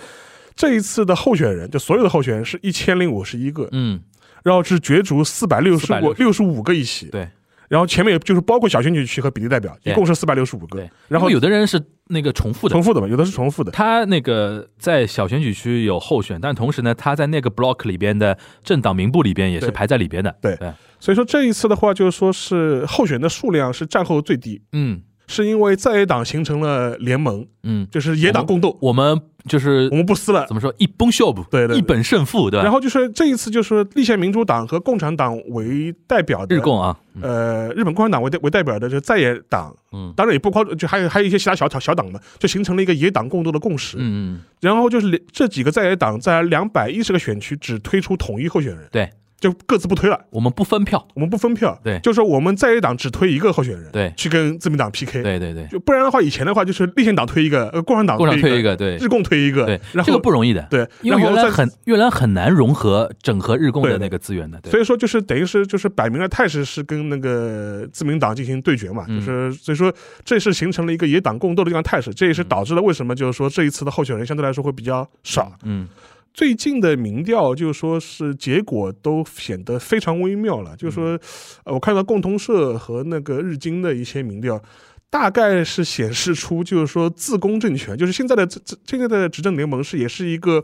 [SPEAKER 3] 这一次的候选人，就所有的候选人是一千零五十一个，
[SPEAKER 2] 嗯，
[SPEAKER 3] 然后是角逐四百六十五六十五个议席，
[SPEAKER 2] 对。
[SPEAKER 3] 然后前面就是包括小选举区和比例代表，一
[SPEAKER 2] 对
[SPEAKER 3] 共是四百六十五个
[SPEAKER 2] 对，。
[SPEAKER 3] 然后
[SPEAKER 2] 因为有的人是那个重复的
[SPEAKER 3] 重，复的嘛，有的是重复的，
[SPEAKER 2] 他那个在小选举区有候选，但同时呢，他在那个 block 里边的政党名簿里边也是
[SPEAKER 3] 对
[SPEAKER 2] 排在里边的。
[SPEAKER 3] 对所以说这一次的话，就是说是候选人的数量是战后最低，
[SPEAKER 2] 嗯
[SPEAKER 3] 是因为在野党形成了联盟，
[SPEAKER 2] 嗯，
[SPEAKER 3] 就是野党共斗，
[SPEAKER 2] 我们就是
[SPEAKER 3] 我们不撕了
[SPEAKER 2] 怎，么说一崩秀不？
[SPEAKER 3] 对对对
[SPEAKER 2] 一本胜负，对吧？
[SPEAKER 3] 然后就是这一次就是立宪民主党和共产党为代表的
[SPEAKER 2] 日共啊，嗯
[SPEAKER 3] 呃日本共产党为代为代表的这在野党，
[SPEAKER 2] 嗯
[SPEAKER 3] 当然也不包括就还有还有一些其他小小小党嘛，就形成了一个野党共斗的共识。
[SPEAKER 2] 嗯嗯，
[SPEAKER 3] 然后就是连这几个在野党在两百一十个选区只推出统一候选人，
[SPEAKER 2] 对，
[SPEAKER 3] 就各自不推了，
[SPEAKER 2] 我们不分票。
[SPEAKER 3] 我们不分票，
[SPEAKER 2] 对
[SPEAKER 3] 就是我们在野党只推一个候选人，
[SPEAKER 2] 对
[SPEAKER 3] 去跟自民党 PK，，
[SPEAKER 2] 对对对，
[SPEAKER 3] 就不然的话，以前的话就是立宪党推一个，呃，共产党
[SPEAKER 2] 共产
[SPEAKER 3] 推
[SPEAKER 2] 推一个，对
[SPEAKER 3] 日共推一个，
[SPEAKER 2] 对，
[SPEAKER 3] 然
[SPEAKER 2] 这个
[SPEAKER 3] 后
[SPEAKER 2] 不容易的。
[SPEAKER 3] 对，
[SPEAKER 2] 因为
[SPEAKER 3] 然
[SPEAKER 2] 原
[SPEAKER 3] 后
[SPEAKER 2] 来
[SPEAKER 3] 再
[SPEAKER 2] 很原来很难融合整合日共
[SPEAKER 3] 对
[SPEAKER 2] 的
[SPEAKER 3] 的
[SPEAKER 2] 那个资源的，对
[SPEAKER 3] 所以说就是等于是就是摆明了态势是跟那个自民党进行对决嘛，
[SPEAKER 2] 嗯
[SPEAKER 3] 就是所以说这是形成了一个野党共斗的这样态势，这也是导致了为什么就是说这一次的候选人相对来说会比较少。
[SPEAKER 2] 嗯
[SPEAKER 3] 最近的民调就是说是结果都显得非常微妙
[SPEAKER 2] 嗯
[SPEAKER 3] 了，就是说，呃，我看到共同社和那个日经的一些民调。大概是显示出，就是说自公政权，就是现在的这这现在的执政联盟是也是一个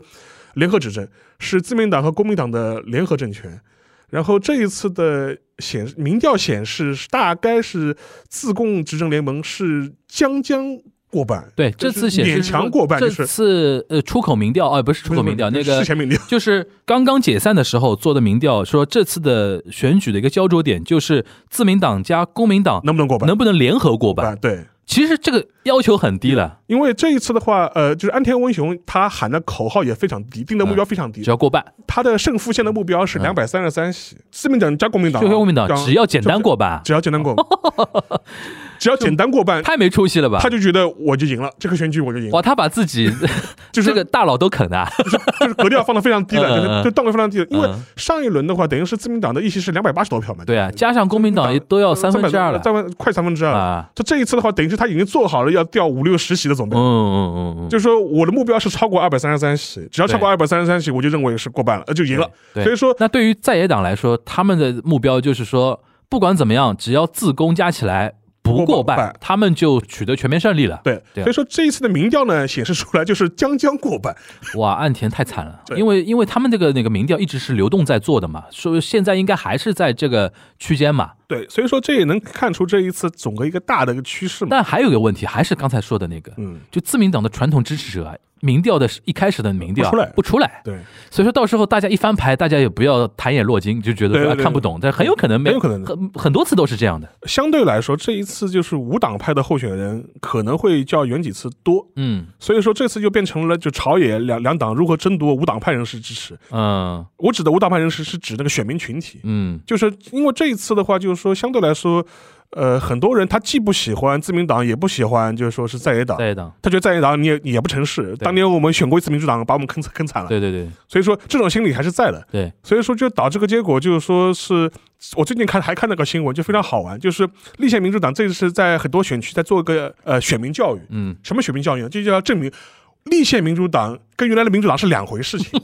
[SPEAKER 3] 联合执政，是自民党和公民党的联合政权。然后这一次的显民调显示，大概是自贡执政联盟是将将过半，
[SPEAKER 2] 对，这次显示
[SPEAKER 3] 勉强过半，
[SPEAKER 2] 这
[SPEAKER 3] 就是
[SPEAKER 2] 次呃出口民调，哦，不是出口民调，那
[SPEAKER 3] 事
[SPEAKER 2] 个
[SPEAKER 3] 前民调，
[SPEAKER 2] 就是刚刚解散的时候做的民调，说这次的选举的一个焦灼点就是自民党加公民党
[SPEAKER 3] 能不能过半？
[SPEAKER 2] 能不能联合过
[SPEAKER 3] 啊，
[SPEAKER 2] 半。
[SPEAKER 3] 对
[SPEAKER 2] 其实这个要求很低了，
[SPEAKER 3] 因为这一次的话，呃，就是安田文雄他喊的口号也非常低，定的目标非常低
[SPEAKER 2] 只，要过半，
[SPEAKER 3] 他的胜负线的目标是
[SPEAKER 2] 嗯
[SPEAKER 3] 两百三十三席，自民党加国民党，
[SPEAKER 2] 就跟国民党
[SPEAKER 3] 刚
[SPEAKER 2] 只要简单过半，
[SPEAKER 3] 只要简单过，
[SPEAKER 2] <laughs>
[SPEAKER 3] 只要简单过半，
[SPEAKER 2] 太没出息了吧
[SPEAKER 3] 他？就觉得我就赢了，这个选举我就赢了，
[SPEAKER 2] 哇，他把自己
[SPEAKER 3] 就
[SPEAKER 2] <laughs>
[SPEAKER 3] 是
[SPEAKER 2] 这个大佬都啃的啊，
[SPEAKER 3] 就是格调放的非常
[SPEAKER 2] <laughs>
[SPEAKER 3] 低
[SPEAKER 2] 嗯嗯
[SPEAKER 3] 了，
[SPEAKER 2] 嗯
[SPEAKER 3] 就是就档位非常低了，因为
[SPEAKER 2] 嗯
[SPEAKER 3] 上一轮的话，等于是自民党的议席是两百八十多票嘛，
[SPEAKER 2] 对啊，加上国民党也都要三分之二了
[SPEAKER 3] 三分快三分之二了。
[SPEAKER 2] 啊，
[SPEAKER 3] 就这一次的话，等于是他已经做好了要掉五六十席的准
[SPEAKER 2] 嗯，
[SPEAKER 3] 备
[SPEAKER 2] 嗯嗯嗯，
[SPEAKER 3] 就是说我的目标是超过二百三十三席，只要超过二百三十三席，我就认为是过半了，呃，就赢了。
[SPEAKER 2] 对
[SPEAKER 3] 所以说，
[SPEAKER 2] 那对于在野党来说，他们的目标就是说，不管怎么样，只要自公加起来不过
[SPEAKER 3] 不过
[SPEAKER 2] 半
[SPEAKER 3] 半，
[SPEAKER 2] 他们就取得全面胜利了。
[SPEAKER 3] 对，
[SPEAKER 2] 对
[SPEAKER 3] 所以说这一次的民调呢，显示出来就是将将过半。
[SPEAKER 2] 哇，岸田太惨了，
[SPEAKER 3] 对
[SPEAKER 2] 因为因为他们这个那个民调一直是流动在做的嘛，所以现在应该还是在这个区间嘛。
[SPEAKER 3] 对，所以说这也能看出这一次整个一个大的一个趋势嘛。
[SPEAKER 2] 但还有一个问题，还是刚才说的那个，
[SPEAKER 3] 嗯，
[SPEAKER 2] 就自民党的传统支持者啊，民调的一开始的民调
[SPEAKER 3] 不出来
[SPEAKER 2] 不出来，
[SPEAKER 3] 对，
[SPEAKER 2] 所以说到时候大家一翻牌，大家也不要抬眼落睛，就觉得
[SPEAKER 3] 对
[SPEAKER 2] 说
[SPEAKER 3] 对
[SPEAKER 2] 啊
[SPEAKER 3] 对
[SPEAKER 2] 看不懂，但很有可能没
[SPEAKER 3] 很有可能的
[SPEAKER 2] 很很多次都是这样的。
[SPEAKER 3] 相对来说，这一次就是无党派的候选人可能会较原几次多，
[SPEAKER 2] 嗯
[SPEAKER 3] 所以说这次就变成了就朝野两两党如何争夺无党派人士支持。
[SPEAKER 2] 嗯
[SPEAKER 3] 我指的无党派人士是指那个选民群体，
[SPEAKER 2] 嗯，
[SPEAKER 3] 就是因为这一次的话，就是说相对来说，呃，很多人他既不喜欢自民党，也不喜欢就是说是在野党。
[SPEAKER 2] 在野党，
[SPEAKER 3] 他觉得在野党你也你也不成事，当年我们选过一次民主党，把我们坑惨坑惨了，
[SPEAKER 2] 对对对
[SPEAKER 3] 所以说这种心理还是在的。
[SPEAKER 2] 对，
[SPEAKER 3] 所以说就导致个结果就是说是我最近看还看了个新闻，就非常好玩，就是立宪民主党这次在很多选区在做一个呃选民教育，
[SPEAKER 2] 嗯。
[SPEAKER 3] 什么选民教育呢？就叫证明。立宪民主党跟原来的民主党是两回事情，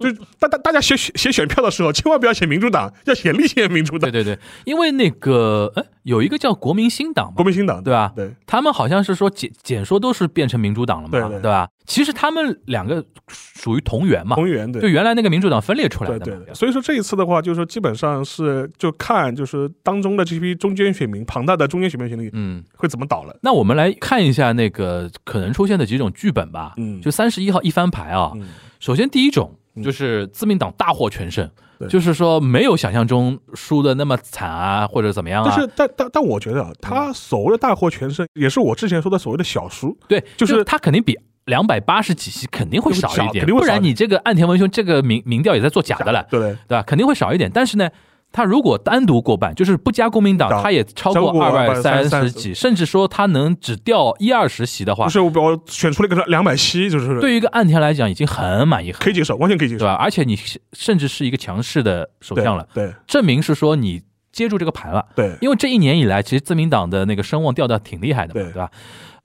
[SPEAKER 3] 就是大大大家写写写选票的时候，千万不要写民主党，要写立宪民主党
[SPEAKER 2] 对、对对，因为那个呃，有一个叫国民新党吧，
[SPEAKER 3] 国民新党，
[SPEAKER 2] 对啊吧？
[SPEAKER 3] 对
[SPEAKER 2] 他们好像是说简简说都是变成民主党了嘛，
[SPEAKER 3] 对对
[SPEAKER 2] 吧？其实他们两个属于同源嘛，
[SPEAKER 3] 同源
[SPEAKER 2] 就
[SPEAKER 3] 对。
[SPEAKER 2] 原来那个民主党分裂出来
[SPEAKER 3] 对
[SPEAKER 2] 的
[SPEAKER 3] 对
[SPEAKER 2] 嘛，，
[SPEAKER 3] 所以说这一次的话，就是说基本上是就看就是当中的这批中间选民庞大的中间选民群体
[SPEAKER 2] 嗯。
[SPEAKER 3] 会怎么倒了。
[SPEAKER 2] 那我们来看一下那个可能出现的几种剧本吧。
[SPEAKER 3] 嗯
[SPEAKER 2] 就三十一号一翻牌啊，
[SPEAKER 3] 嗯
[SPEAKER 2] 首先第一种就是自民党大获全胜，
[SPEAKER 3] 对
[SPEAKER 2] 就是说没有想象中输的那么惨啊，或者怎么样啊。嗯
[SPEAKER 3] 但是，但但但我觉得啊，他所谓的大获全胜，也是我之前说的所谓的小输。
[SPEAKER 2] 对，
[SPEAKER 3] 就是
[SPEAKER 2] 他肯定比两百八十几席肯定会少一
[SPEAKER 3] 肯
[SPEAKER 2] 点，
[SPEAKER 3] 定会
[SPEAKER 2] 不
[SPEAKER 3] 少
[SPEAKER 2] 然你这个岸田文雄这个民民调也在做假的了，
[SPEAKER 3] 对不对，
[SPEAKER 2] 对吧？肯定会少一点。但是呢，他如果单独过半，就是不加国民党，
[SPEAKER 3] 党
[SPEAKER 2] 他也超
[SPEAKER 3] 超
[SPEAKER 2] 过
[SPEAKER 3] 过
[SPEAKER 2] 二百三十
[SPEAKER 3] 230
[SPEAKER 2] 几，甚至说他能只掉一二十席的话
[SPEAKER 3] 就，是我我选出了一个两百七，就是
[SPEAKER 2] 对于一个岸田来讲已经很满意，
[SPEAKER 3] 可以接受，完全可以接
[SPEAKER 2] 对
[SPEAKER 3] 受。
[SPEAKER 2] 吧？而且你是甚至是一个强势的首
[SPEAKER 3] 对
[SPEAKER 2] 相了，
[SPEAKER 3] 对
[SPEAKER 2] 证明是说你接住这个盘了。
[SPEAKER 3] 对
[SPEAKER 2] 因为这一年以来，其实自民党的那个声望掉的挺厉害的嘛，
[SPEAKER 3] 对
[SPEAKER 2] 对吧？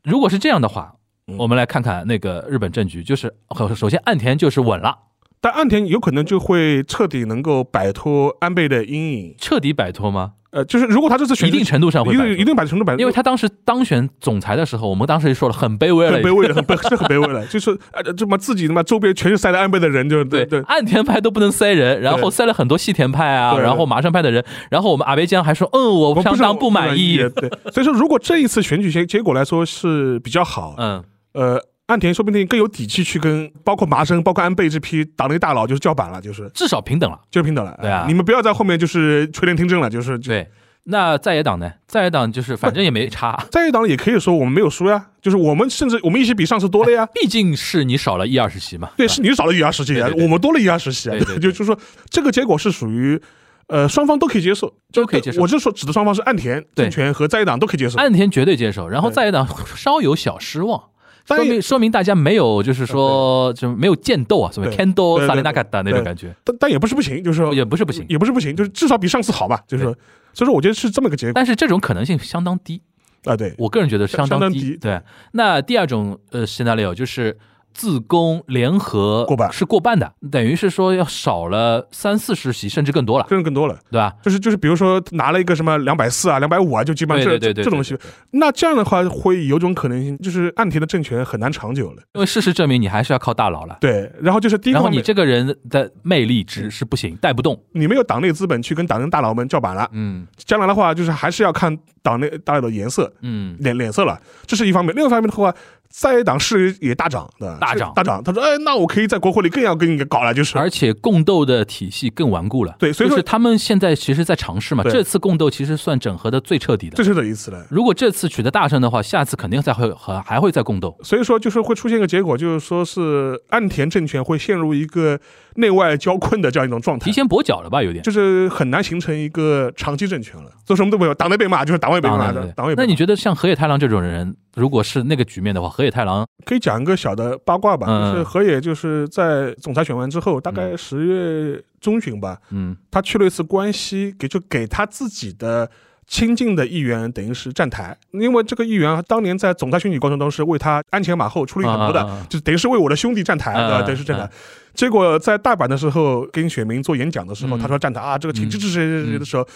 [SPEAKER 2] 如果是这样的话，
[SPEAKER 3] 嗯
[SPEAKER 2] 我们来看看那个日本政局，就是呃首先岸田就是稳了，
[SPEAKER 3] 但岸田有可能就会彻底能够摆脱安倍的阴影。
[SPEAKER 2] 彻底摆脱吗？
[SPEAKER 3] 呃，就是如果他这次选
[SPEAKER 2] 一定程度上
[SPEAKER 3] 一
[SPEAKER 2] 会摆
[SPEAKER 3] 定一
[SPEAKER 2] 脱，
[SPEAKER 3] 定摆程度摆，
[SPEAKER 2] 因为他当时当选总裁的时候，我们当时也说了很卑微
[SPEAKER 3] 很
[SPEAKER 2] 了已
[SPEAKER 3] 卑
[SPEAKER 2] 经。
[SPEAKER 3] 微了，很卑是很卑微了，就是呃这么自己他妈周边全是塞了安倍的人，就是对对
[SPEAKER 2] 岸田派都不能塞人，然后
[SPEAKER 3] 对
[SPEAKER 2] 塞了很多细田派啊，
[SPEAKER 3] 对对
[SPEAKER 2] 然后麻生派的人，然后我们安倍江还说，嗯，我
[SPEAKER 3] 我
[SPEAKER 2] 相
[SPEAKER 3] 是
[SPEAKER 2] 当
[SPEAKER 3] 很
[SPEAKER 2] 不满意，
[SPEAKER 3] 对，所以说如果这一次选举结结果来说是比较好，
[SPEAKER 2] 嗯，
[SPEAKER 3] 呃，岸田说不定更有底气去跟包括麻生、包括安倍这批党内大佬就是叫板了，就是
[SPEAKER 2] 至少平等了。
[SPEAKER 3] 就是平等了。
[SPEAKER 2] 对啊
[SPEAKER 3] 你们不要在后面就是垂帘听政了，就是。
[SPEAKER 2] 对，那在野党呢？在野党就是反正也没
[SPEAKER 3] <laughs>
[SPEAKER 2] 差，
[SPEAKER 3] 在野党也可以说我们没有输呀，就是我们甚至我们一起比上次多了呀。
[SPEAKER 2] 毕竟是你少了一二十席嘛。
[SPEAKER 3] 对，
[SPEAKER 2] 吧
[SPEAKER 3] 是你少了一二十席啊，
[SPEAKER 2] 对对对
[SPEAKER 3] 我们多了一二十席啊。
[SPEAKER 2] 对对对
[SPEAKER 3] 就就是说这个结果是属于。呃，双方都可以接受，
[SPEAKER 2] 都可以接受
[SPEAKER 3] 我就说指的双方是岸田
[SPEAKER 2] 对哎
[SPEAKER 3] 政权和在野党都可以接受。
[SPEAKER 2] 岸田绝对接受，然后在野党稍有小失望。
[SPEAKER 3] 但
[SPEAKER 2] 说
[SPEAKER 3] 也
[SPEAKER 2] 明说明大家没有，就是说就没有剑斗啊，所谓
[SPEAKER 3] 对
[SPEAKER 2] kendo
[SPEAKER 3] 对对对
[SPEAKER 2] 萨利纳卡达那种
[SPEAKER 3] 对
[SPEAKER 2] 感觉，
[SPEAKER 3] 但但也不是不行，就是说
[SPEAKER 2] 也不是不行，
[SPEAKER 3] 也不是不行，就是至少比上次好吧，就是说，所以说我觉得是这么个结果
[SPEAKER 2] 但是这种可能性相当低，
[SPEAKER 3] 啊，对，
[SPEAKER 2] 我个人觉得相
[SPEAKER 3] 相当
[SPEAKER 2] 低。
[SPEAKER 3] 低
[SPEAKER 2] 对，那第二种呃 scenario 就是自公联合
[SPEAKER 3] 过半
[SPEAKER 2] 是过半的，等于是说要少了三四十席甚至更多了，
[SPEAKER 3] 个人更多了。
[SPEAKER 2] 对吧？
[SPEAKER 3] 就是就是，比如说拿了一个什么两百四啊、两百五啊，就基本上
[SPEAKER 2] 对
[SPEAKER 3] 这
[SPEAKER 2] 对对对
[SPEAKER 3] 这种西。那这样的话，会有种可能性，就是岸田的政权很难长久了。
[SPEAKER 2] 因为事实证明你还是要靠大佬了，
[SPEAKER 3] 对，然后就是第一个
[SPEAKER 2] 然后
[SPEAKER 3] 方
[SPEAKER 2] 你
[SPEAKER 3] 面，
[SPEAKER 2] 这个人的魅力值是不行，带不动。
[SPEAKER 3] 你没有党内资本去跟党内大佬们叫板了。
[SPEAKER 2] 嗯
[SPEAKER 3] 将来的话，就是还是要看党内大佬的颜色
[SPEAKER 2] 嗯，
[SPEAKER 3] 脸脸色了，这是一方面。另一方面的话，在野党是也大涨的，
[SPEAKER 2] 大涨
[SPEAKER 3] 是大涨。他说，哎，那我可以在国会里更要跟你搞了，就是
[SPEAKER 2] 而且共斗的体系更顽固了。
[SPEAKER 3] 对所以说
[SPEAKER 2] 就是他们现在其实在尝试嘛，
[SPEAKER 3] 对
[SPEAKER 2] 这次共斗其实算整合的最彻底的
[SPEAKER 3] 这。是的意思了。
[SPEAKER 2] 如果这次取得大胜的话，下次肯定再会还还会再共斗。
[SPEAKER 3] 所以说，就是会出现一个结果，就是说是岸田政权会陷入一个内外交困的这样一种状态
[SPEAKER 2] 提，前跛脚了吧，有点。
[SPEAKER 3] 就是很难形成一个长期政权了。做什么都没有，党内被骂就是党外被骂
[SPEAKER 2] 当
[SPEAKER 3] 的
[SPEAKER 2] 然，
[SPEAKER 3] 党外被
[SPEAKER 2] 那
[SPEAKER 3] 骂。
[SPEAKER 2] 你觉得像河野太郎这种人，如果是那个局面的话，河野太郎
[SPEAKER 3] 可以讲一个小的八卦吧，
[SPEAKER 2] 嗯
[SPEAKER 3] 就是河野就是在总裁选完之后，大概十月中旬吧，
[SPEAKER 2] 嗯，
[SPEAKER 3] 他去了一次关西，给就给他自己的。亲近的议员等于是站台，因为这个议员啊当年在总裁选举过程中是为他鞍前马后，出力很多的，
[SPEAKER 2] 啊啊啊
[SPEAKER 3] 就等于是为我的兄弟站台，
[SPEAKER 2] 嗯
[SPEAKER 3] 对吧？
[SPEAKER 2] 嗯
[SPEAKER 3] 等于是站台
[SPEAKER 2] 嗯。
[SPEAKER 3] 结果在大阪的时候，跟选民做演讲的时候，
[SPEAKER 2] 嗯
[SPEAKER 3] 他说站台啊，这个请
[SPEAKER 2] 嗯
[SPEAKER 3] 支持谁谁谁谁的时候，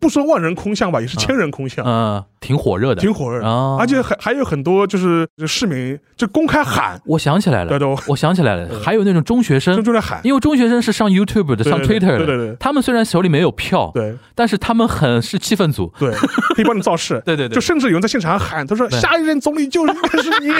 [SPEAKER 3] 不说万人空巷吧，也是千人空巷，
[SPEAKER 2] 呃，挺火热的。
[SPEAKER 3] 挺火热的。
[SPEAKER 2] 啊，
[SPEAKER 3] 而且还还有很多就是就市民就公开喊，
[SPEAKER 2] 我想起来
[SPEAKER 3] 对
[SPEAKER 2] 了，
[SPEAKER 3] 对，
[SPEAKER 2] 我想起来了，还有那种中学
[SPEAKER 3] 就
[SPEAKER 2] 生，
[SPEAKER 3] 就在喊，
[SPEAKER 2] 因为中学生是上 YouTube 的，
[SPEAKER 3] 对
[SPEAKER 2] 上
[SPEAKER 3] 对
[SPEAKER 2] Twitter
[SPEAKER 3] 对对
[SPEAKER 2] 的，
[SPEAKER 3] 对
[SPEAKER 2] 他们虽然手里没有票，
[SPEAKER 3] 对
[SPEAKER 2] 但是他们很是气氛组。。
[SPEAKER 3] 对，可以帮你造势
[SPEAKER 2] 对对对
[SPEAKER 3] 就甚至有人在现场喊，他说
[SPEAKER 2] 对
[SPEAKER 3] 下一任总理就是应该是
[SPEAKER 2] <laughs>
[SPEAKER 3] 你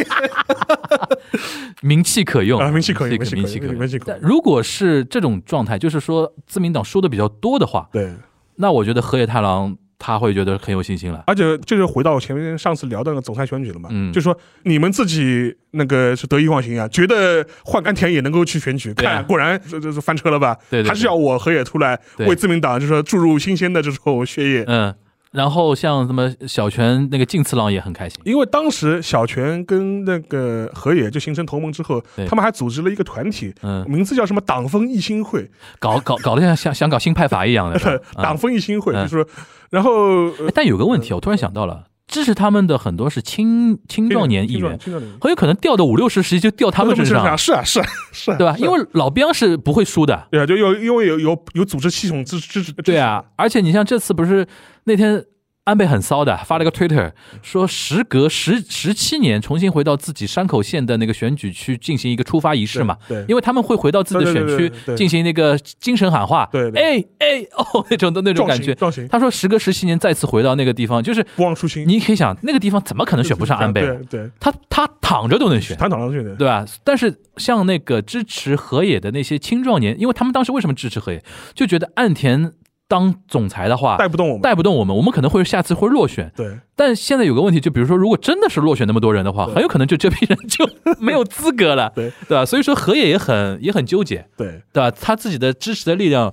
[SPEAKER 2] 名气可用
[SPEAKER 3] 啊，名气可以，
[SPEAKER 2] 名
[SPEAKER 3] 名
[SPEAKER 2] 气
[SPEAKER 3] 气
[SPEAKER 2] 名
[SPEAKER 3] 可
[SPEAKER 2] 气
[SPEAKER 3] 以，
[SPEAKER 2] 可
[SPEAKER 3] 名
[SPEAKER 2] 用。
[SPEAKER 3] 气可
[SPEAKER 2] 但
[SPEAKER 3] 以。
[SPEAKER 2] 如果是这种状态，就是说自民党输的比较多的话，
[SPEAKER 3] 对，
[SPEAKER 2] 那我觉得河野太郎他会觉得很有信心了。
[SPEAKER 3] 而且这就回到我前面上次聊到那个总裁选举了嘛，
[SPEAKER 2] 嗯
[SPEAKER 3] 就说你们自己那个是得意忘形啊，觉得换甘田也能够去选举，
[SPEAKER 2] 对啊
[SPEAKER 3] 看果然这这这翻车了吧？
[SPEAKER 2] 对对对
[SPEAKER 3] 还是要我河野出来
[SPEAKER 2] 对
[SPEAKER 3] 为自民党就说注入新鲜的这种血液。
[SPEAKER 2] 嗯，然后像什么小泉那个近次郎也很开心。
[SPEAKER 3] 因为当时小泉跟那个河野就形成同盟之后
[SPEAKER 2] 对，
[SPEAKER 3] 他们还组织了一个团体，
[SPEAKER 2] 嗯，
[SPEAKER 3] 名字叫什么“党风一心会
[SPEAKER 2] 搞搞搞得像像想搞新派法一样的”，。
[SPEAKER 3] 呃
[SPEAKER 2] <laughs>
[SPEAKER 3] 党
[SPEAKER 2] 嗯
[SPEAKER 3] 风一心会
[SPEAKER 2] 嗯
[SPEAKER 3] 就是说，然后呃
[SPEAKER 2] 哎但有个问题，我突然想到了，支持他们的很多是青青壮年议员，
[SPEAKER 3] 青壮年，
[SPEAKER 2] 很有可能调到五六十十就调他们身上，
[SPEAKER 3] 是啊是啊是啊，
[SPEAKER 2] 对吧？
[SPEAKER 3] 是啊
[SPEAKER 2] 因为老兵是不会输的。
[SPEAKER 3] 对啊，就有因为有有有组织系统支支持，
[SPEAKER 2] 对啊，而且你像这次不是那天安倍很骚的发了个 Twitter 说，时隔十十七年重新回到自己山口县的那个选举区进行一个出发仪式嘛，
[SPEAKER 3] 对对
[SPEAKER 2] 因为他们会回到自己的选
[SPEAKER 3] 对对对对
[SPEAKER 2] 区
[SPEAKER 3] 对
[SPEAKER 2] 进行那个精神喊话，
[SPEAKER 3] 对对
[SPEAKER 2] 哎哎哦那种的那
[SPEAKER 3] 支
[SPEAKER 2] 种
[SPEAKER 3] 持壮
[SPEAKER 2] 感
[SPEAKER 3] 行
[SPEAKER 2] 觉。
[SPEAKER 3] 壮行，
[SPEAKER 2] 他说，时隔十七年再次回到那个地方，就是
[SPEAKER 3] 不忘初心，
[SPEAKER 2] 你可以想，那个地方怎么可能选不上安倍啊？
[SPEAKER 3] 对对，
[SPEAKER 2] 他他躺着都能选。
[SPEAKER 3] 谈躺上去的，
[SPEAKER 2] 对吧？但是像那个支持河野的那些青壮年，因为他们当时为什么支持河野，就觉得岸田当总裁的话
[SPEAKER 3] 带不动我们，
[SPEAKER 2] 带不动我们，我们可能会下次会落选。
[SPEAKER 3] 对
[SPEAKER 2] 但现在有个问题，就比如说，如果真的是落选那么多人的话，
[SPEAKER 3] 对
[SPEAKER 2] 很有可能就这批人
[SPEAKER 3] <laughs>
[SPEAKER 2] 就没有资格了，
[SPEAKER 3] 对
[SPEAKER 2] 对吧？所以说河野也很也很纠结，
[SPEAKER 3] 对
[SPEAKER 2] 对吧？他自己的支持的力量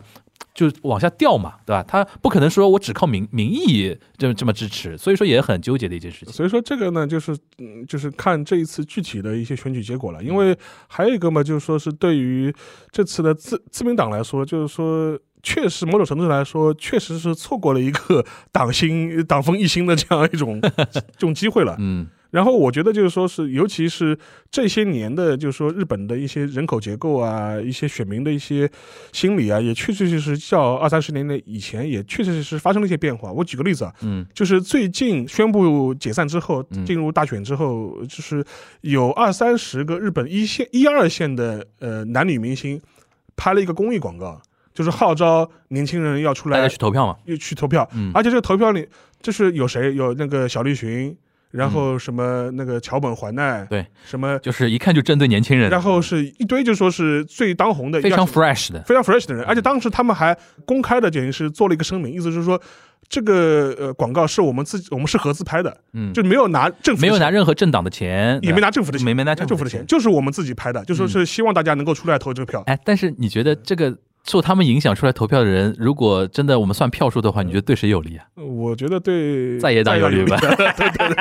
[SPEAKER 2] 就往下掉嘛，对吧？他不可能说我只靠民民意这么这么支持，所以说也很纠结的一件事情。
[SPEAKER 3] 所以说这个呢，就是嗯，就是看这一次具体的一些选举结果了。因为还有一个嘛，就是说是对于这次的自自民党来说，就是说。确实，某种程度来说，确实是错过了一个 <laughs> 党心、党风一心的这样一种 <laughs> 这种机会了。
[SPEAKER 2] 嗯
[SPEAKER 3] 然后我觉得就是说是，尤其是这些年的，就是说日本的一些人口结构啊，一些选民的一些心理啊，也确确实实较二三十年的以前，也确确实实发生了一些变化。我举个例子啊，
[SPEAKER 2] 嗯
[SPEAKER 3] 就是最近宣布解散之后
[SPEAKER 2] 嗯，
[SPEAKER 3] 进入大选之后，就是有二三十个日本一线、一二线的呃男女明星拍了一个公益广告，就是号召年轻人要出
[SPEAKER 2] 大家
[SPEAKER 3] 来
[SPEAKER 2] 去投票嘛，
[SPEAKER 3] 又去投票，
[SPEAKER 2] 嗯
[SPEAKER 3] 而且这个投票里就是有谁有那个小栗旬，然后什么那个桥本环奈，
[SPEAKER 2] 嗯对，
[SPEAKER 3] 什么，
[SPEAKER 2] 就是一看就针对年轻人，
[SPEAKER 3] 然后是一堆就说是最当红的，
[SPEAKER 2] 非常
[SPEAKER 3] 一二十
[SPEAKER 2] fresh 嗯的，
[SPEAKER 3] 非常 fresh 的人，而且当时他们还公开的，等于是做了一个声明，意思就是说。这个呃广告是我们自己，我们是合资拍的，
[SPEAKER 2] 嗯，
[SPEAKER 3] 就没有拿政府的
[SPEAKER 2] 没有
[SPEAKER 3] 钱
[SPEAKER 2] 拿任何政党的钱，
[SPEAKER 3] 也没拿政府的钱，
[SPEAKER 2] 没没拿政
[SPEAKER 3] 政
[SPEAKER 2] 府
[SPEAKER 3] 府
[SPEAKER 2] 的
[SPEAKER 3] 的
[SPEAKER 2] 钱嗯
[SPEAKER 3] 钱，就是我们自己拍的，就说是希望大家能够出来投这个票。
[SPEAKER 2] 哎，但是你觉得这个受他们影响出来投票的人，如果真的我们算票数的话，你觉得对谁有利啊？ <laughs>
[SPEAKER 3] 我觉得对
[SPEAKER 2] 在野党有利
[SPEAKER 3] 有
[SPEAKER 2] 吧？
[SPEAKER 3] <laughs> 对
[SPEAKER 2] <laughs>
[SPEAKER 3] 对对，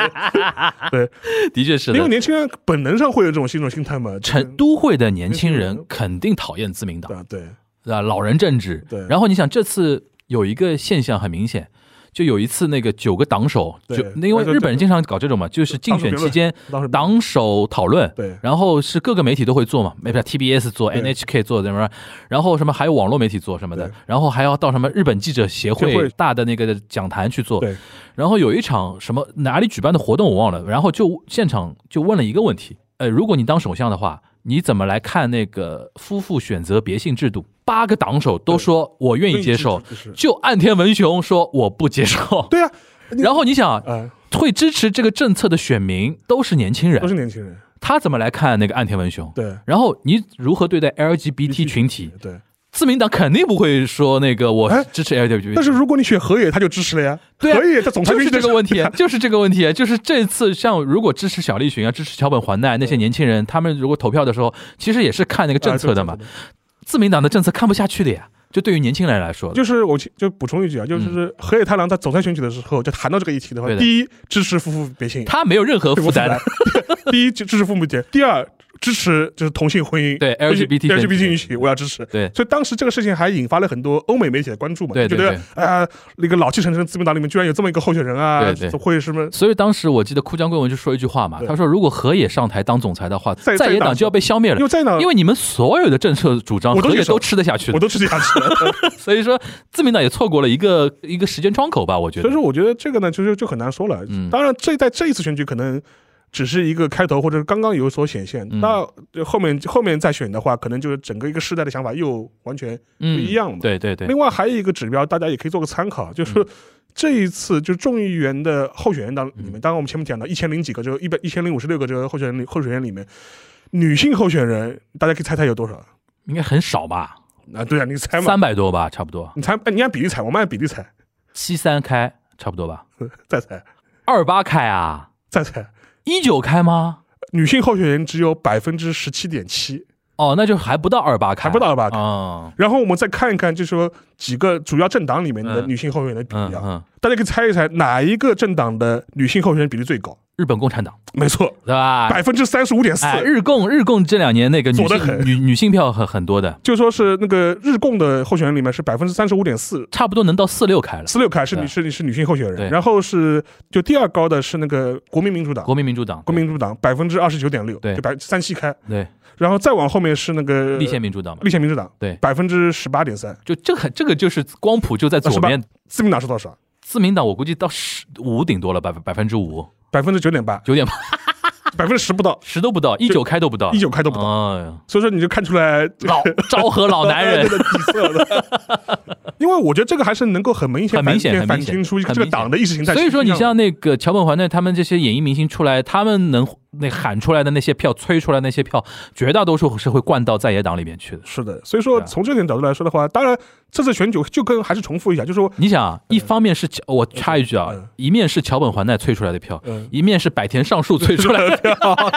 [SPEAKER 2] 的确是
[SPEAKER 3] 因为
[SPEAKER 2] 的。
[SPEAKER 3] 年轻人本能上会有这种这种心态嘛，
[SPEAKER 2] 成都会的年轻
[SPEAKER 3] 年轻
[SPEAKER 2] 人
[SPEAKER 3] 人
[SPEAKER 2] 肯定讨厌自民党，
[SPEAKER 3] 啊，对
[SPEAKER 2] 对吧？老人政治。
[SPEAKER 3] 对
[SPEAKER 2] 然后你想，这次有一个现象很明显，就有一次那个九个党首，
[SPEAKER 3] 对
[SPEAKER 2] 就因为
[SPEAKER 3] 哎对
[SPEAKER 2] 日本人经常搞这种嘛，就是竞选期间
[SPEAKER 3] 当时
[SPEAKER 2] 党首讨论，
[SPEAKER 3] 对
[SPEAKER 2] 然后是各个媒体都会做嘛，没不 TBS 做
[SPEAKER 3] 对
[SPEAKER 2] ，NHK 做什么，然后什么还有网络媒体做什么的
[SPEAKER 3] 对，
[SPEAKER 2] 然后还要到什么日本记者协
[SPEAKER 3] 协
[SPEAKER 2] 会
[SPEAKER 3] 会
[SPEAKER 2] 大的那个讲坛去做，
[SPEAKER 3] 对
[SPEAKER 2] 然后有一场什么哪里举办的活动我忘了，然后就现场就问了一个问题，呃，如果你当首相的话，你怎么来看那个夫妇选择别姓制度？八个党首都说我愿意接受
[SPEAKER 3] 愿意支持支持，
[SPEAKER 2] 就岸田文雄说我不接受。
[SPEAKER 3] 对啊，你
[SPEAKER 2] 然后你想，
[SPEAKER 3] 啊，
[SPEAKER 2] 会支持这个政策的选民都是年轻
[SPEAKER 3] 都
[SPEAKER 2] 人，
[SPEAKER 3] 是年轻人，
[SPEAKER 2] 他怎么来看那个岸田文雄？
[SPEAKER 3] 对，E
[SPEAKER 2] 然后你如何对待 LGBT ，E 群体？
[SPEAKER 3] 对。
[SPEAKER 2] 自民党肯定不会说那个我
[SPEAKER 3] 哎
[SPEAKER 2] 支持 LGBT，、
[SPEAKER 3] 但是如果你选河野，他就支持了呀，
[SPEAKER 2] 对啊
[SPEAKER 3] 河野他总裁
[SPEAKER 2] 就是
[SPEAKER 3] 选
[SPEAKER 2] 这个问题， <laughs> 就是这个问题，就是这次像如果支持小栗旬啊，支持桥本环奈那些年轻人，他们如果投票的时候，其实也是看那个政策的
[SPEAKER 3] 啊
[SPEAKER 2] 嘛。，自民党的政策看不下去的呀，就对于年轻人来说，
[SPEAKER 3] 就是我其就补充一句啊，就是河野太郎在总裁选举的时候就谈到这个议题的
[SPEAKER 2] 嗯
[SPEAKER 3] 话
[SPEAKER 2] 对，的
[SPEAKER 3] 第一支持夫妇别姓，
[SPEAKER 2] 他没有任何负担，
[SPEAKER 3] 对呃 <laughs> 第一支持父母节，第二支持就是同性婚姻，
[SPEAKER 2] 对 LGBT 群
[SPEAKER 3] LGBT
[SPEAKER 2] 体
[SPEAKER 3] 群体，我要支持。
[SPEAKER 2] 对
[SPEAKER 3] 所以当时这个事情还引发了很多欧美媒体的关注嘛，
[SPEAKER 2] 对
[SPEAKER 3] 就
[SPEAKER 2] 对
[SPEAKER 3] 觉得啊，那个老气沉沉的自民党里面居然有这么一个候选人啊
[SPEAKER 2] 对，对
[SPEAKER 3] 会什么？
[SPEAKER 2] 所以当时我记得哭江贵文就说一句话嘛，
[SPEAKER 3] 对
[SPEAKER 2] 他说如果河野上台当总裁的话，
[SPEAKER 3] 在
[SPEAKER 2] 在野党就要被消灭
[SPEAKER 3] 因
[SPEAKER 2] 了。
[SPEAKER 3] 为在呢，
[SPEAKER 2] 因为你们所有的政策主张，
[SPEAKER 3] 我都
[SPEAKER 2] 河野
[SPEAKER 3] 接受
[SPEAKER 2] 都吃得下去
[SPEAKER 3] 我
[SPEAKER 2] 的，
[SPEAKER 3] 都吃这样吃了。
[SPEAKER 2] <laughs> 所以说自民党也错过了一个一个时间窗口吧，我觉
[SPEAKER 3] 所
[SPEAKER 2] 得
[SPEAKER 3] 以。说，我觉得这个呢，就是就很难说了。
[SPEAKER 2] 嗯
[SPEAKER 3] 当然，这在这一次选举可能只是一个开头，或者是刚刚有所显现。
[SPEAKER 2] 嗯
[SPEAKER 3] 那后面后面再选的话，可能就是整个一个世代的想法又完全不
[SPEAKER 2] 嗯
[SPEAKER 3] 一样了。
[SPEAKER 2] 对对对嗯
[SPEAKER 3] 另，外还有一个指标，大家也可以做个参考，就是这一次就是众议员的候选人当里
[SPEAKER 2] 嗯
[SPEAKER 3] 面，当然我们前面讲到一千零几个，这个一百一千零五十六个这个候选人里候选人里面，女性候选人大家可以猜猜有多少
[SPEAKER 2] 应该很少吧，
[SPEAKER 3] 啊？对啊，你猜嘛？
[SPEAKER 2] 三百多吧，差不多。
[SPEAKER 3] 你猜，哎你按比例猜，我们按比例猜，
[SPEAKER 2] 七三开，差不多吧？
[SPEAKER 3] 再猜，
[SPEAKER 2] 二八开啊？
[SPEAKER 3] 再猜，
[SPEAKER 2] 一九开吗？
[SPEAKER 3] 女性候选人只有百分之十七点七，
[SPEAKER 2] 哦，那就还不到二八开，
[SPEAKER 3] 还不到吧？
[SPEAKER 2] 嗯。
[SPEAKER 3] 然后我们再看一看，就是说几个主要政党里面的
[SPEAKER 2] 嗯
[SPEAKER 3] 女性候选人的比
[SPEAKER 2] 嗯
[SPEAKER 3] 例啊，
[SPEAKER 2] 嗯，
[SPEAKER 3] 大家可以猜一猜哪一个政党的女性候选人比例最高？
[SPEAKER 2] 日本共产党
[SPEAKER 3] 没错，
[SPEAKER 2] 对吧？
[SPEAKER 3] 百分之三十五点四。
[SPEAKER 2] 哎，日共日共这两年那个女
[SPEAKER 3] 左得
[SPEAKER 2] 性
[SPEAKER 3] 很
[SPEAKER 2] 女女性票很很多的，
[SPEAKER 3] 就说是那个日共的候选人里面是百分之三十五点四。
[SPEAKER 2] 差不多能到四六开了。
[SPEAKER 3] 四六开是
[SPEAKER 2] 对
[SPEAKER 3] 女是是女性候选
[SPEAKER 2] 对
[SPEAKER 3] 人，然后是就第二高的是那个国民民主党，
[SPEAKER 2] 国民民主党，
[SPEAKER 3] 国民民主党百分之二十九点六，
[SPEAKER 2] 对
[SPEAKER 3] 就百三七开，
[SPEAKER 2] 对
[SPEAKER 3] 然后再往后面是那个
[SPEAKER 2] 立宪民主党嘛，
[SPEAKER 3] 立宪民主党，
[SPEAKER 2] 对
[SPEAKER 3] 百分之十八点三，
[SPEAKER 2] 就这个这个就是光谱就在
[SPEAKER 3] 啊
[SPEAKER 2] 左边，
[SPEAKER 3] 自民党是多少？
[SPEAKER 2] 自民党我估计到十五顶多了，百分百分之五，
[SPEAKER 3] 百分之九点八，
[SPEAKER 2] 九点
[SPEAKER 3] 百分之十
[SPEAKER 2] <laughs>
[SPEAKER 3] 不到，
[SPEAKER 2] 十都不到，一九开都不到，
[SPEAKER 3] 一九开都不到，
[SPEAKER 2] 哎呀，
[SPEAKER 3] 所以说你就看出来这个
[SPEAKER 2] 老昭和老男人
[SPEAKER 3] 对，的底色了。
[SPEAKER 2] <laughs>
[SPEAKER 3] 因为我觉得这个还是能够很明显
[SPEAKER 2] 很
[SPEAKER 3] 反、
[SPEAKER 2] 明显很
[SPEAKER 3] 反
[SPEAKER 2] 明显
[SPEAKER 3] 映出
[SPEAKER 2] 很
[SPEAKER 3] 这个
[SPEAKER 2] 明显
[SPEAKER 3] 党的意识形态是
[SPEAKER 2] 所
[SPEAKER 3] 不一
[SPEAKER 2] 以
[SPEAKER 3] 样的。
[SPEAKER 2] 说，你像那个桥本环奈他们这些演艺明星出来，他们能那喊出来的那些票、催出来那些票，绝大多数是会灌到在野党里面去的。
[SPEAKER 3] 是的，所以说
[SPEAKER 2] 对啊
[SPEAKER 3] 从这点角度来说的话，当然这次选举就跟还是重复一下，就是说，
[SPEAKER 2] 你想啊，一方面是桥我插一句啊
[SPEAKER 3] 嗯，
[SPEAKER 2] 一面是桥本环奈催出来的票，
[SPEAKER 3] 嗯，
[SPEAKER 2] 一面是百田尚树催出来的，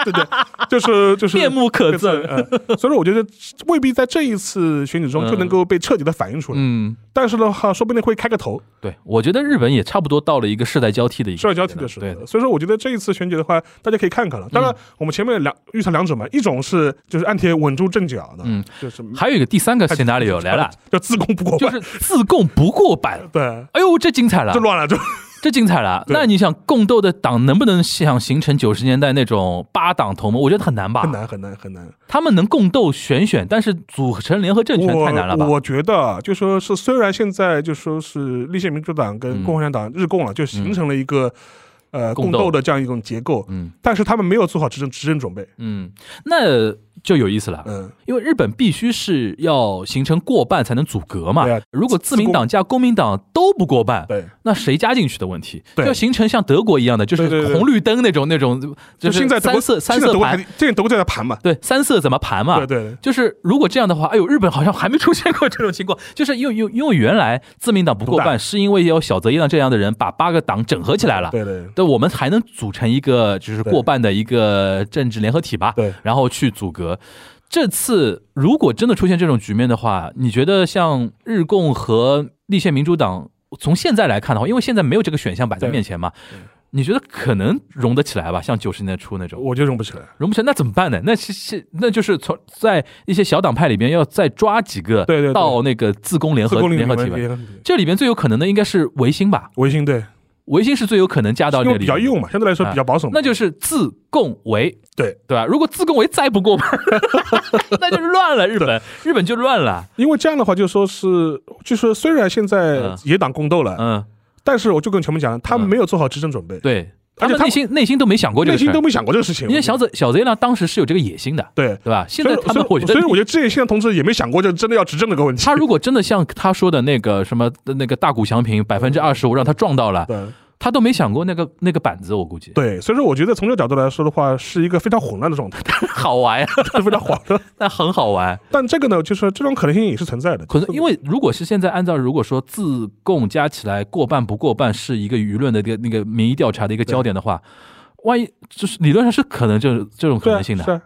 [SPEAKER 3] 对对，呃就是就是 <laughs>
[SPEAKER 2] 面目可憎。
[SPEAKER 3] 嗯，所以说我觉得未必在这一次选举中就能够被彻底的反映出来，
[SPEAKER 2] 嗯，
[SPEAKER 3] 但是的话，说不定会开个头，
[SPEAKER 2] 对，我觉得日本也差不多到了一个世代交替的一个嗯
[SPEAKER 3] 社交交替的时
[SPEAKER 2] 时
[SPEAKER 3] 候
[SPEAKER 2] 代。对，。
[SPEAKER 3] 所以说我觉得这一次选举的话，大家可以看看了。当然，我们前面两预测两种嘛，一种是就是岸田稳住阵脚的，
[SPEAKER 2] 嗯，
[SPEAKER 3] 就是
[SPEAKER 2] 还有一个第三个 scenario 来了，，
[SPEAKER 3] 叫自贡不过
[SPEAKER 2] 就
[SPEAKER 3] 关，
[SPEAKER 2] 是自贡不过版。
[SPEAKER 3] 对，
[SPEAKER 2] 哎呦，这精彩了
[SPEAKER 3] 就！乱了，就
[SPEAKER 2] 这精彩了！
[SPEAKER 3] 对
[SPEAKER 2] 那你想共斗的党能不能想形成九十年代那种八党同盟？我觉得很难吧，
[SPEAKER 3] 很。难很难很难。
[SPEAKER 2] 他们能共斗选选，但是组成联合政权太难了吧？
[SPEAKER 3] 我我觉得啊，就说是虽然现在就说是立宪民主党跟共产党日共啊了，就形成了一个。呃，
[SPEAKER 2] 嗯共
[SPEAKER 3] 共
[SPEAKER 2] 斗
[SPEAKER 3] 斗的这样一种结构，
[SPEAKER 2] 嗯
[SPEAKER 3] 但是他们没有做好执政执政准备，
[SPEAKER 2] 嗯，那就有意思了。
[SPEAKER 3] 嗯，
[SPEAKER 2] 因为日本必须是要形成过半才能组阁嘛
[SPEAKER 3] 对啊，
[SPEAKER 2] 如果自民党加公民党都不过半，
[SPEAKER 3] 对，
[SPEAKER 2] 那谁加进去的问题，就
[SPEAKER 3] 对
[SPEAKER 2] 要形成像德国一样的，就
[SPEAKER 3] 对
[SPEAKER 2] 是
[SPEAKER 3] 对对
[SPEAKER 2] 红绿灯那种那种，
[SPEAKER 3] 就是现在德
[SPEAKER 2] 三
[SPEAKER 3] 国，
[SPEAKER 2] 色
[SPEAKER 3] 现
[SPEAKER 2] 三
[SPEAKER 3] 在德
[SPEAKER 2] 色
[SPEAKER 3] 国
[SPEAKER 2] 盘啊
[SPEAKER 3] 还，现在德国在盘嘛，
[SPEAKER 2] 对，三色怎么盘嘛？
[SPEAKER 3] 对对对，
[SPEAKER 2] 就是如果这样的话，哎呦，日本好像还没出现过这种情况。就是 <laughs> 因为因为因为原来自民党不过
[SPEAKER 3] 独大
[SPEAKER 2] 半，是因为有小泽一郎这样的人把八个党整合起来了。
[SPEAKER 3] 对对
[SPEAKER 2] 对，我们还能组成一个就是过半的一个政治联合体吧，
[SPEAKER 3] 对，
[SPEAKER 2] 然后去阻隔。这次如果真的出现这种局面的话，你觉得像日共和立宪民主党从现在来看的话，因为现在没有这个选项摆在
[SPEAKER 3] 对
[SPEAKER 2] 面前嘛，你觉得可能容得起来吧？像九十年代初那种，
[SPEAKER 3] 我就用不起来，
[SPEAKER 2] 容不起来，那怎么办呢？那是是那就是从在一些小党派里边要再抓几个，
[SPEAKER 3] 对对对
[SPEAKER 2] 到那个自公联
[SPEAKER 3] 自
[SPEAKER 2] 合
[SPEAKER 3] 公
[SPEAKER 2] 联合体吧。这里边最有可能的应该是维新吧，
[SPEAKER 3] 维新对，
[SPEAKER 2] 维新是最有可能加到
[SPEAKER 3] 因
[SPEAKER 2] 这
[SPEAKER 3] 为
[SPEAKER 2] 里
[SPEAKER 3] 比
[SPEAKER 2] 边
[SPEAKER 3] 较
[SPEAKER 2] 的
[SPEAKER 3] 右嘛，相对来说
[SPEAKER 2] 啊
[SPEAKER 3] 比较保守嘛，
[SPEAKER 2] 那就是自贡为，
[SPEAKER 3] 对
[SPEAKER 2] 对吧？如果自贡为再不过门， <laughs> 那就是乱了，日本日本就乱了。
[SPEAKER 3] 因为这样的话，就说是就是虽然现在
[SPEAKER 2] 嗯
[SPEAKER 3] 野党共斗了，
[SPEAKER 2] 嗯，
[SPEAKER 3] 但是我就跟前面讲了，他们没有做好执政准备，
[SPEAKER 2] 啊对，他
[SPEAKER 3] 而且
[SPEAKER 2] 们
[SPEAKER 3] 他
[SPEAKER 2] 内心内心都没想过这
[SPEAKER 3] 内
[SPEAKER 2] 个事
[SPEAKER 3] 心都
[SPEAKER 2] 儿，
[SPEAKER 3] 没想过这个事情，
[SPEAKER 2] 因为小泽小贼郎当时是有这个野心的，
[SPEAKER 3] 对。
[SPEAKER 2] 对吧？现
[SPEAKER 3] 所
[SPEAKER 2] 在
[SPEAKER 3] 以
[SPEAKER 2] 他们
[SPEAKER 3] 所
[SPEAKER 2] 我
[SPEAKER 3] 以
[SPEAKER 2] 觉得
[SPEAKER 3] 所以我觉得这些现在同志也没想过，就真的要执政这个问题。
[SPEAKER 2] 他如果真的像他说的那个什么那个大谷翔平百分之二十五让他撞到了，
[SPEAKER 3] 对
[SPEAKER 2] 他都没想过那个那个板子，我估计
[SPEAKER 3] 对，所以说我觉得从这个角度来说的话，是一个非常混乱的状态，
[SPEAKER 2] <laughs> 好玩呀， <laughs>
[SPEAKER 3] 是非常混乱。
[SPEAKER 2] 那很好玩。
[SPEAKER 3] 但这个呢，就是这种可能性也是存在的。
[SPEAKER 2] 可是因
[SPEAKER 3] 为
[SPEAKER 2] 为如果是现在按照如果说自贡加起来过半不过半是一个舆论的一个那个民意调查的一个焦点的话，万一就是理论上是可能这种这种可
[SPEAKER 3] 对啊，
[SPEAKER 2] 能性
[SPEAKER 3] 是
[SPEAKER 2] 的，
[SPEAKER 3] 啊，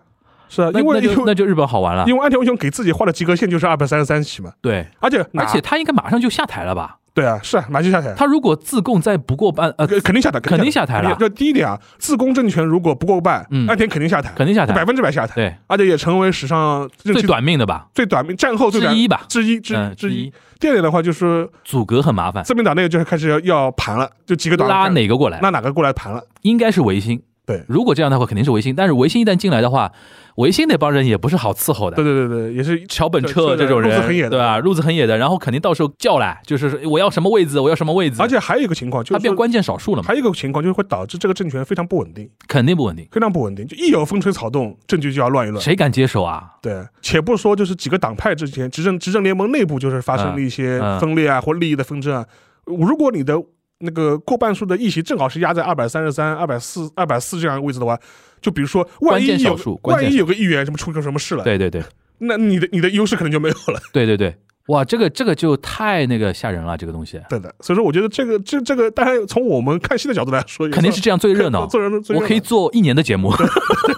[SPEAKER 3] 是啊，
[SPEAKER 2] 那
[SPEAKER 3] 因为
[SPEAKER 2] 那
[SPEAKER 3] 因
[SPEAKER 2] 就
[SPEAKER 3] 为
[SPEAKER 2] 那就日本好玩了。
[SPEAKER 3] 因为安田文雄给自己画的及格线就是二百三十三期嘛，
[SPEAKER 2] 对，
[SPEAKER 3] 而且
[SPEAKER 2] 而
[SPEAKER 3] 哪
[SPEAKER 2] 且他应该马上就下台了吧？
[SPEAKER 3] 对啊，是啊，马上下台。
[SPEAKER 2] 他如果自贡再不过半，呃，
[SPEAKER 3] 呃肯定下台，
[SPEAKER 2] 肯定下台了
[SPEAKER 3] 这第一点啊，自公政权如果不过半，
[SPEAKER 2] 嗯
[SPEAKER 3] 安田肯定下台，
[SPEAKER 2] 肯定下台
[SPEAKER 3] 百分之百下台，
[SPEAKER 2] 对，
[SPEAKER 3] 而且也成为史上任
[SPEAKER 2] 最
[SPEAKER 3] 期
[SPEAKER 2] 短命的吧，
[SPEAKER 3] 最短命战哦后最
[SPEAKER 2] 之
[SPEAKER 3] 短
[SPEAKER 2] 一吧，
[SPEAKER 3] 之一之
[SPEAKER 2] 嗯，
[SPEAKER 3] 之
[SPEAKER 2] 之
[SPEAKER 3] 一。，第二点的话就是
[SPEAKER 2] 阻隔很麻烦，
[SPEAKER 3] 自民党内就是开始要要盘了，就几个党
[SPEAKER 2] 拉哪个过来？
[SPEAKER 3] 那哪个过来盘了？
[SPEAKER 2] 应该是维新。
[SPEAKER 3] 对
[SPEAKER 2] 如果这样的话，肯定是维新。但是维新一旦进来的话，维新那帮人也不是好伺候的
[SPEAKER 3] 对。对对对，也是
[SPEAKER 2] 桥本
[SPEAKER 3] 对
[SPEAKER 2] 彻
[SPEAKER 3] 对对
[SPEAKER 2] 这种人，
[SPEAKER 3] 路子很野的
[SPEAKER 2] 对吧？路子很野的，然后肯定到时候叫来，就是说我要什么位置，我要什么位置，
[SPEAKER 3] 而且还有一个情况就
[SPEAKER 2] 他
[SPEAKER 3] 是
[SPEAKER 2] 变
[SPEAKER 3] 说，
[SPEAKER 2] 关键少数了嘛，
[SPEAKER 3] 还有一个情况就是会导致这个政权非常不稳定，
[SPEAKER 2] 肯定不稳定，
[SPEAKER 3] 非常不稳定，就一有风吹草动，政局就要乱一乱。
[SPEAKER 2] 谁敢接手啊？
[SPEAKER 3] 对，且不说就是几个党派之间执政执政联盟内部就是发生了一些
[SPEAKER 2] 嗯嗯
[SPEAKER 3] 分裂啊、或利益的纷争啊，如果你的那个过半数的议席正好是压在二百三十三、二百四、二百四这样的位置的话，就比如说万一
[SPEAKER 2] 关键少
[SPEAKER 3] 有
[SPEAKER 2] 数关
[SPEAKER 3] 万
[SPEAKER 2] 键
[SPEAKER 3] 一有个议员什么出个什么事了，
[SPEAKER 2] 对对对
[SPEAKER 3] 那你的你的优势可能就没有了。
[SPEAKER 2] 对对对，哇，这个这个就太那个吓人了，这个东西
[SPEAKER 3] 对的，所以说我觉得这个这这个，当然从我们看戏的角度来说，也
[SPEAKER 2] 肯定是这样最
[SPEAKER 3] 算
[SPEAKER 2] 热闹，
[SPEAKER 3] 做人最
[SPEAKER 2] 我
[SPEAKER 3] 热
[SPEAKER 2] 可以
[SPEAKER 3] 闹
[SPEAKER 2] 做一年的节目。 <laughs>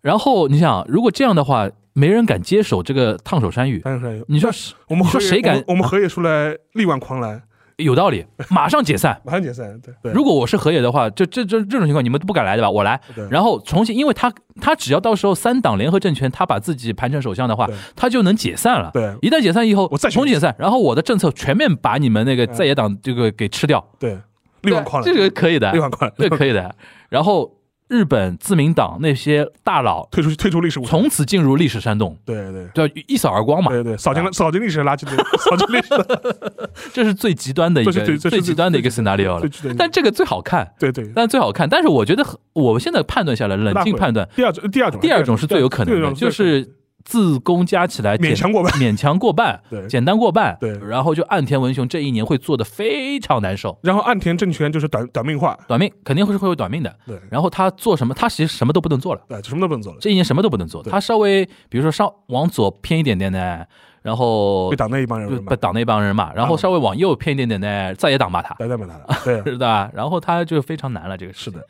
[SPEAKER 2] 然后你想，如果这样的话，没人敢接手这个烫手山芋。
[SPEAKER 3] 当然是有
[SPEAKER 2] 你说
[SPEAKER 3] 我们
[SPEAKER 2] 你说
[SPEAKER 3] 河野
[SPEAKER 2] 谁敢
[SPEAKER 3] 我们我们河野出来力挽狂澜，
[SPEAKER 2] 有道理，马上解散。
[SPEAKER 3] 马上解散。对对，
[SPEAKER 2] 如果我是河野的话，这这这这种情况你们都不敢来对吧？我来，
[SPEAKER 3] 对
[SPEAKER 2] 然后重新，因为他他只要到时候三党联合政权，他把自己盘成首相的话
[SPEAKER 3] 对，
[SPEAKER 2] 他就能解散了。
[SPEAKER 3] 对
[SPEAKER 2] 一旦解散以后，
[SPEAKER 3] 我再选
[SPEAKER 2] 重解散，然后我的政策全面把你们那个在野党这个给吃掉，
[SPEAKER 3] 对，力挽狂澜，
[SPEAKER 2] 这个可以的
[SPEAKER 3] 力，挽狂澜，
[SPEAKER 2] 这个可以的。然后日本自民党那些大佬
[SPEAKER 3] 退出退出历史舞台。
[SPEAKER 2] 从此进入历史山洞，
[SPEAKER 3] 对对
[SPEAKER 2] 对吧，一扫而光嘛，
[SPEAKER 3] 对对，扫
[SPEAKER 2] 啊
[SPEAKER 3] 进了扫进历史的垃圾堆，扫进历史的
[SPEAKER 2] 这是最极端的一个
[SPEAKER 3] 这是最这是最
[SPEAKER 2] 极端的一个 scenario 了
[SPEAKER 3] 最。最
[SPEAKER 2] 但这个最好看，
[SPEAKER 3] 对对。
[SPEAKER 2] 但最好看，但是我觉得很我现在判断下来，冷
[SPEAKER 3] 拉回
[SPEAKER 2] 静
[SPEAKER 3] 来
[SPEAKER 2] 判断，
[SPEAKER 3] 第二种，第二种，
[SPEAKER 2] 第二种是最有可能的，就是自攻加起来
[SPEAKER 3] 勉
[SPEAKER 2] 简
[SPEAKER 3] 强过半，
[SPEAKER 2] <laughs> 勉强过半，
[SPEAKER 3] 对
[SPEAKER 2] 简单过半，
[SPEAKER 3] 对
[SPEAKER 2] 然后就岸田文雄这一年会做的非常难受，
[SPEAKER 3] 然后岸田政权就是短短命化，
[SPEAKER 2] 短命肯定会是会有短命的。
[SPEAKER 3] 对
[SPEAKER 2] 然后他做什么，他其实什么都不能做了，
[SPEAKER 3] 对，就什么都不能做了，
[SPEAKER 2] 这一年什么都不能做。
[SPEAKER 3] 对
[SPEAKER 2] 他稍微比如说上往左偏一点点呢，然后
[SPEAKER 3] 被党内一帮人
[SPEAKER 2] 就
[SPEAKER 3] 骂
[SPEAKER 2] 被，党那帮人骂，然后稍微往右偏一点点呢，再也党骂他，
[SPEAKER 3] 白白骂他了，对，
[SPEAKER 2] <laughs> 是的。然后他就非常难了，这个
[SPEAKER 3] 是
[SPEAKER 2] 事情
[SPEAKER 3] 的。，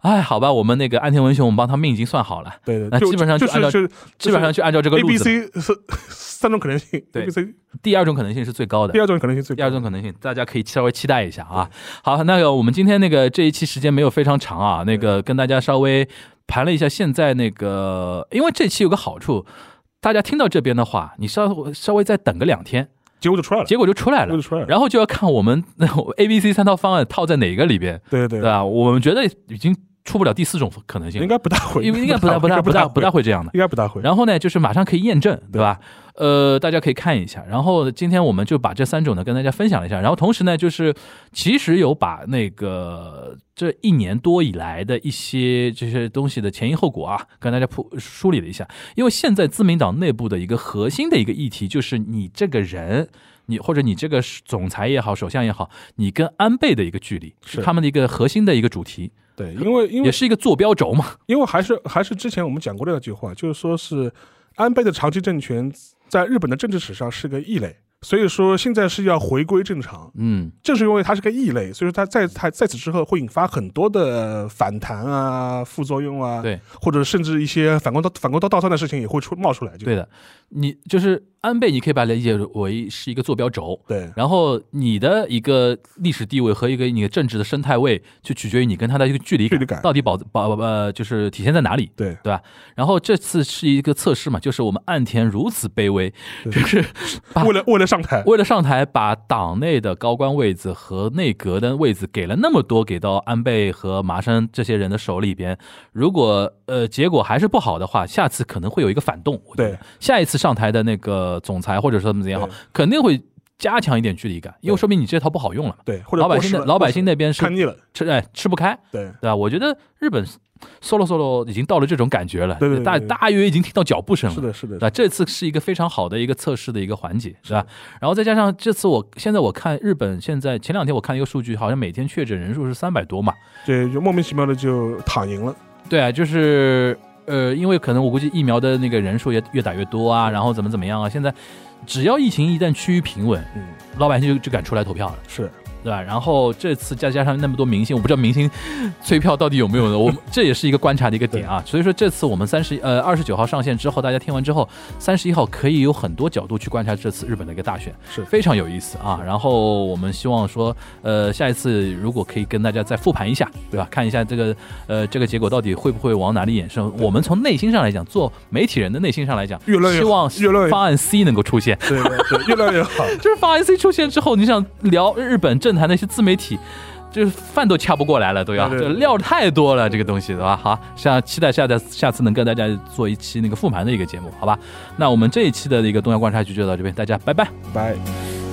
[SPEAKER 2] 哎，好吧，我们那个岸田文雄，我们帮他命已经算好了，
[SPEAKER 3] 对对，
[SPEAKER 2] 那
[SPEAKER 3] 就
[SPEAKER 2] 基本上
[SPEAKER 3] 就
[SPEAKER 2] 就按照
[SPEAKER 3] 是就是
[SPEAKER 2] 基本上就按照这个
[SPEAKER 3] A、
[SPEAKER 2] 路
[SPEAKER 3] B、
[SPEAKER 2] 子。
[SPEAKER 3] C 是三种可能性
[SPEAKER 2] 对
[SPEAKER 3] ，A、B、C
[SPEAKER 2] 第二种可能性是最高的
[SPEAKER 3] 第。二种可能性最
[SPEAKER 2] 第二种可能性，大家可以稍微期待一下啊。好，那个我们今天那个这一期时间没有非常长啊，那个跟大家稍微盘了一下现在那个，因为这期有个好处，大家听到这边的话，你稍稍微再等个两天，
[SPEAKER 3] 结果就出来了，
[SPEAKER 2] 结果就出来
[SPEAKER 3] 结果
[SPEAKER 2] 了
[SPEAKER 3] 就。出来了，
[SPEAKER 2] 然后就要看我们 A、B、C 三套方案套在哪个里边，
[SPEAKER 3] 对对
[SPEAKER 2] 对
[SPEAKER 3] 对，
[SPEAKER 2] 吧？我们觉得已经出不了第四种可能性
[SPEAKER 3] 应，该不大会，
[SPEAKER 2] 因为应该不大不大不大不大，会这样的。
[SPEAKER 3] 应该不大会，
[SPEAKER 2] 然后呢，就是马上可以验证，对吧？呃，大家可以看一下。然后今天我们就把这三种呢跟大家分享了一下。然后同时呢，就是其实有把那个这一年多以来的一些这些东西的前因后果啊，跟大家铺梳理了一下。因为现在自民党内部的一个核心的一个议题就是你这个人。你或者你这个总裁也好，首相也好，你跟安倍的一个距离
[SPEAKER 3] 是
[SPEAKER 2] 是他们的一个核心的一个主题，
[SPEAKER 3] 对，因为因为
[SPEAKER 2] 也是一个坐标轴嘛。
[SPEAKER 3] 因为还是还是之前我们讲过的那句话，就是说是安倍的长期政权在日本的政治史上是个异类，所以说现在是要回归正常。
[SPEAKER 2] 嗯，
[SPEAKER 3] 正是因为它是个异类，所以说它在它在此之后会引发很多的反弹啊、副作用啊，
[SPEAKER 2] 对，
[SPEAKER 3] 或者甚至一些反光到反光到倒算的事情也会出冒出来，就
[SPEAKER 2] 对的，你就是安倍，你可以把它理解为是一个坐标轴。
[SPEAKER 3] 对
[SPEAKER 2] 然后你的一个历史地位和一个你的政治的生态位，就取决于你跟他的一个距离
[SPEAKER 3] 距离感
[SPEAKER 2] 到底保保呃就是体现在哪里，
[SPEAKER 3] 对
[SPEAKER 2] 对吧？然后这次是一个测试嘛，就是我们岸田如此卑微，
[SPEAKER 3] 对
[SPEAKER 2] 就是把
[SPEAKER 3] 为了为了上台，
[SPEAKER 2] <laughs> 为了上台，把党内的高官位子和内阁的位子给了那么多，给到安倍和麻生这些人的手里边。如果呃结果还是不好的话，下次可能会有一个反动。我觉得
[SPEAKER 3] 对，
[SPEAKER 2] 下一次上台的那个总裁或者说怎么怎么样好
[SPEAKER 3] 对，
[SPEAKER 2] 肯定会加强一点距离感，因为说明你这套不好用了嘛。
[SPEAKER 3] 对，或者
[SPEAKER 2] 老百
[SPEAKER 3] 过
[SPEAKER 2] 姓
[SPEAKER 3] 时
[SPEAKER 2] 的
[SPEAKER 3] 了
[SPEAKER 2] 老百姓那边
[SPEAKER 3] 看
[SPEAKER 2] 是
[SPEAKER 3] 腻了，
[SPEAKER 2] 吃哎吃不开，
[SPEAKER 3] 对
[SPEAKER 2] 对吧？我觉得日本 solo solo 已经到了这种感觉了，
[SPEAKER 3] 对对对
[SPEAKER 2] 大
[SPEAKER 3] 对
[SPEAKER 2] 大约已经听到脚步声了，
[SPEAKER 3] 是的，是的，
[SPEAKER 2] 那这次是一个非常好的一个测试的一个环节，是吧？然后再加上这次我现在我看日本现在前两天我看一个数据，好像每天确诊人数是三百多嘛。
[SPEAKER 3] 这就莫名其妙的就躺赢了。
[SPEAKER 2] 对啊，就是呃，因为可能我估计疫苗的那个人数也越打越多啊，然后怎么怎么样啊，现在只要疫情一旦趋于平稳，
[SPEAKER 3] 嗯，
[SPEAKER 2] 老百姓就就敢出来投票了。
[SPEAKER 3] 是
[SPEAKER 2] 对吧？然后这次再加上那么多明星，我不知道明星催票到底有没有的，
[SPEAKER 3] <laughs>
[SPEAKER 2] 我这也是一个观察的一个点啊。所以说这次我们三十呃二十九号上线之后，大家听完之后，三十一号可以有很多角度去观察这次日本的一个大选，
[SPEAKER 3] 是
[SPEAKER 2] 非常有意思啊。然后我们希望说，呃，下一次如果可以跟大家再复盘一下，对吧？看一下这个呃这个结果到底会不会往哪里衍生。我们从内心上来讲，做媒体人的内心上来讲，
[SPEAKER 3] 越乱越
[SPEAKER 2] 希望
[SPEAKER 3] 越乱越
[SPEAKER 2] 方案 C 能够出现。
[SPEAKER 3] 对对对，越来越好。 <laughs>
[SPEAKER 2] 就是法 IC 出现之后，你想聊日本政坛的一些自媒体，就是饭都掐不过来了，都要
[SPEAKER 3] 对
[SPEAKER 2] 这
[SPEAKER 3] 对对
[SPEAKER 2] 料太多了，这个东西对吧？好，下期待下次下次能跟大家做一期那个复盘的一个节目，好吧？那我们这一期的一个东亚观察局就到这边，大家拜拜。
[SPEAKER 3] 拜。
[SPEAKER 4] 「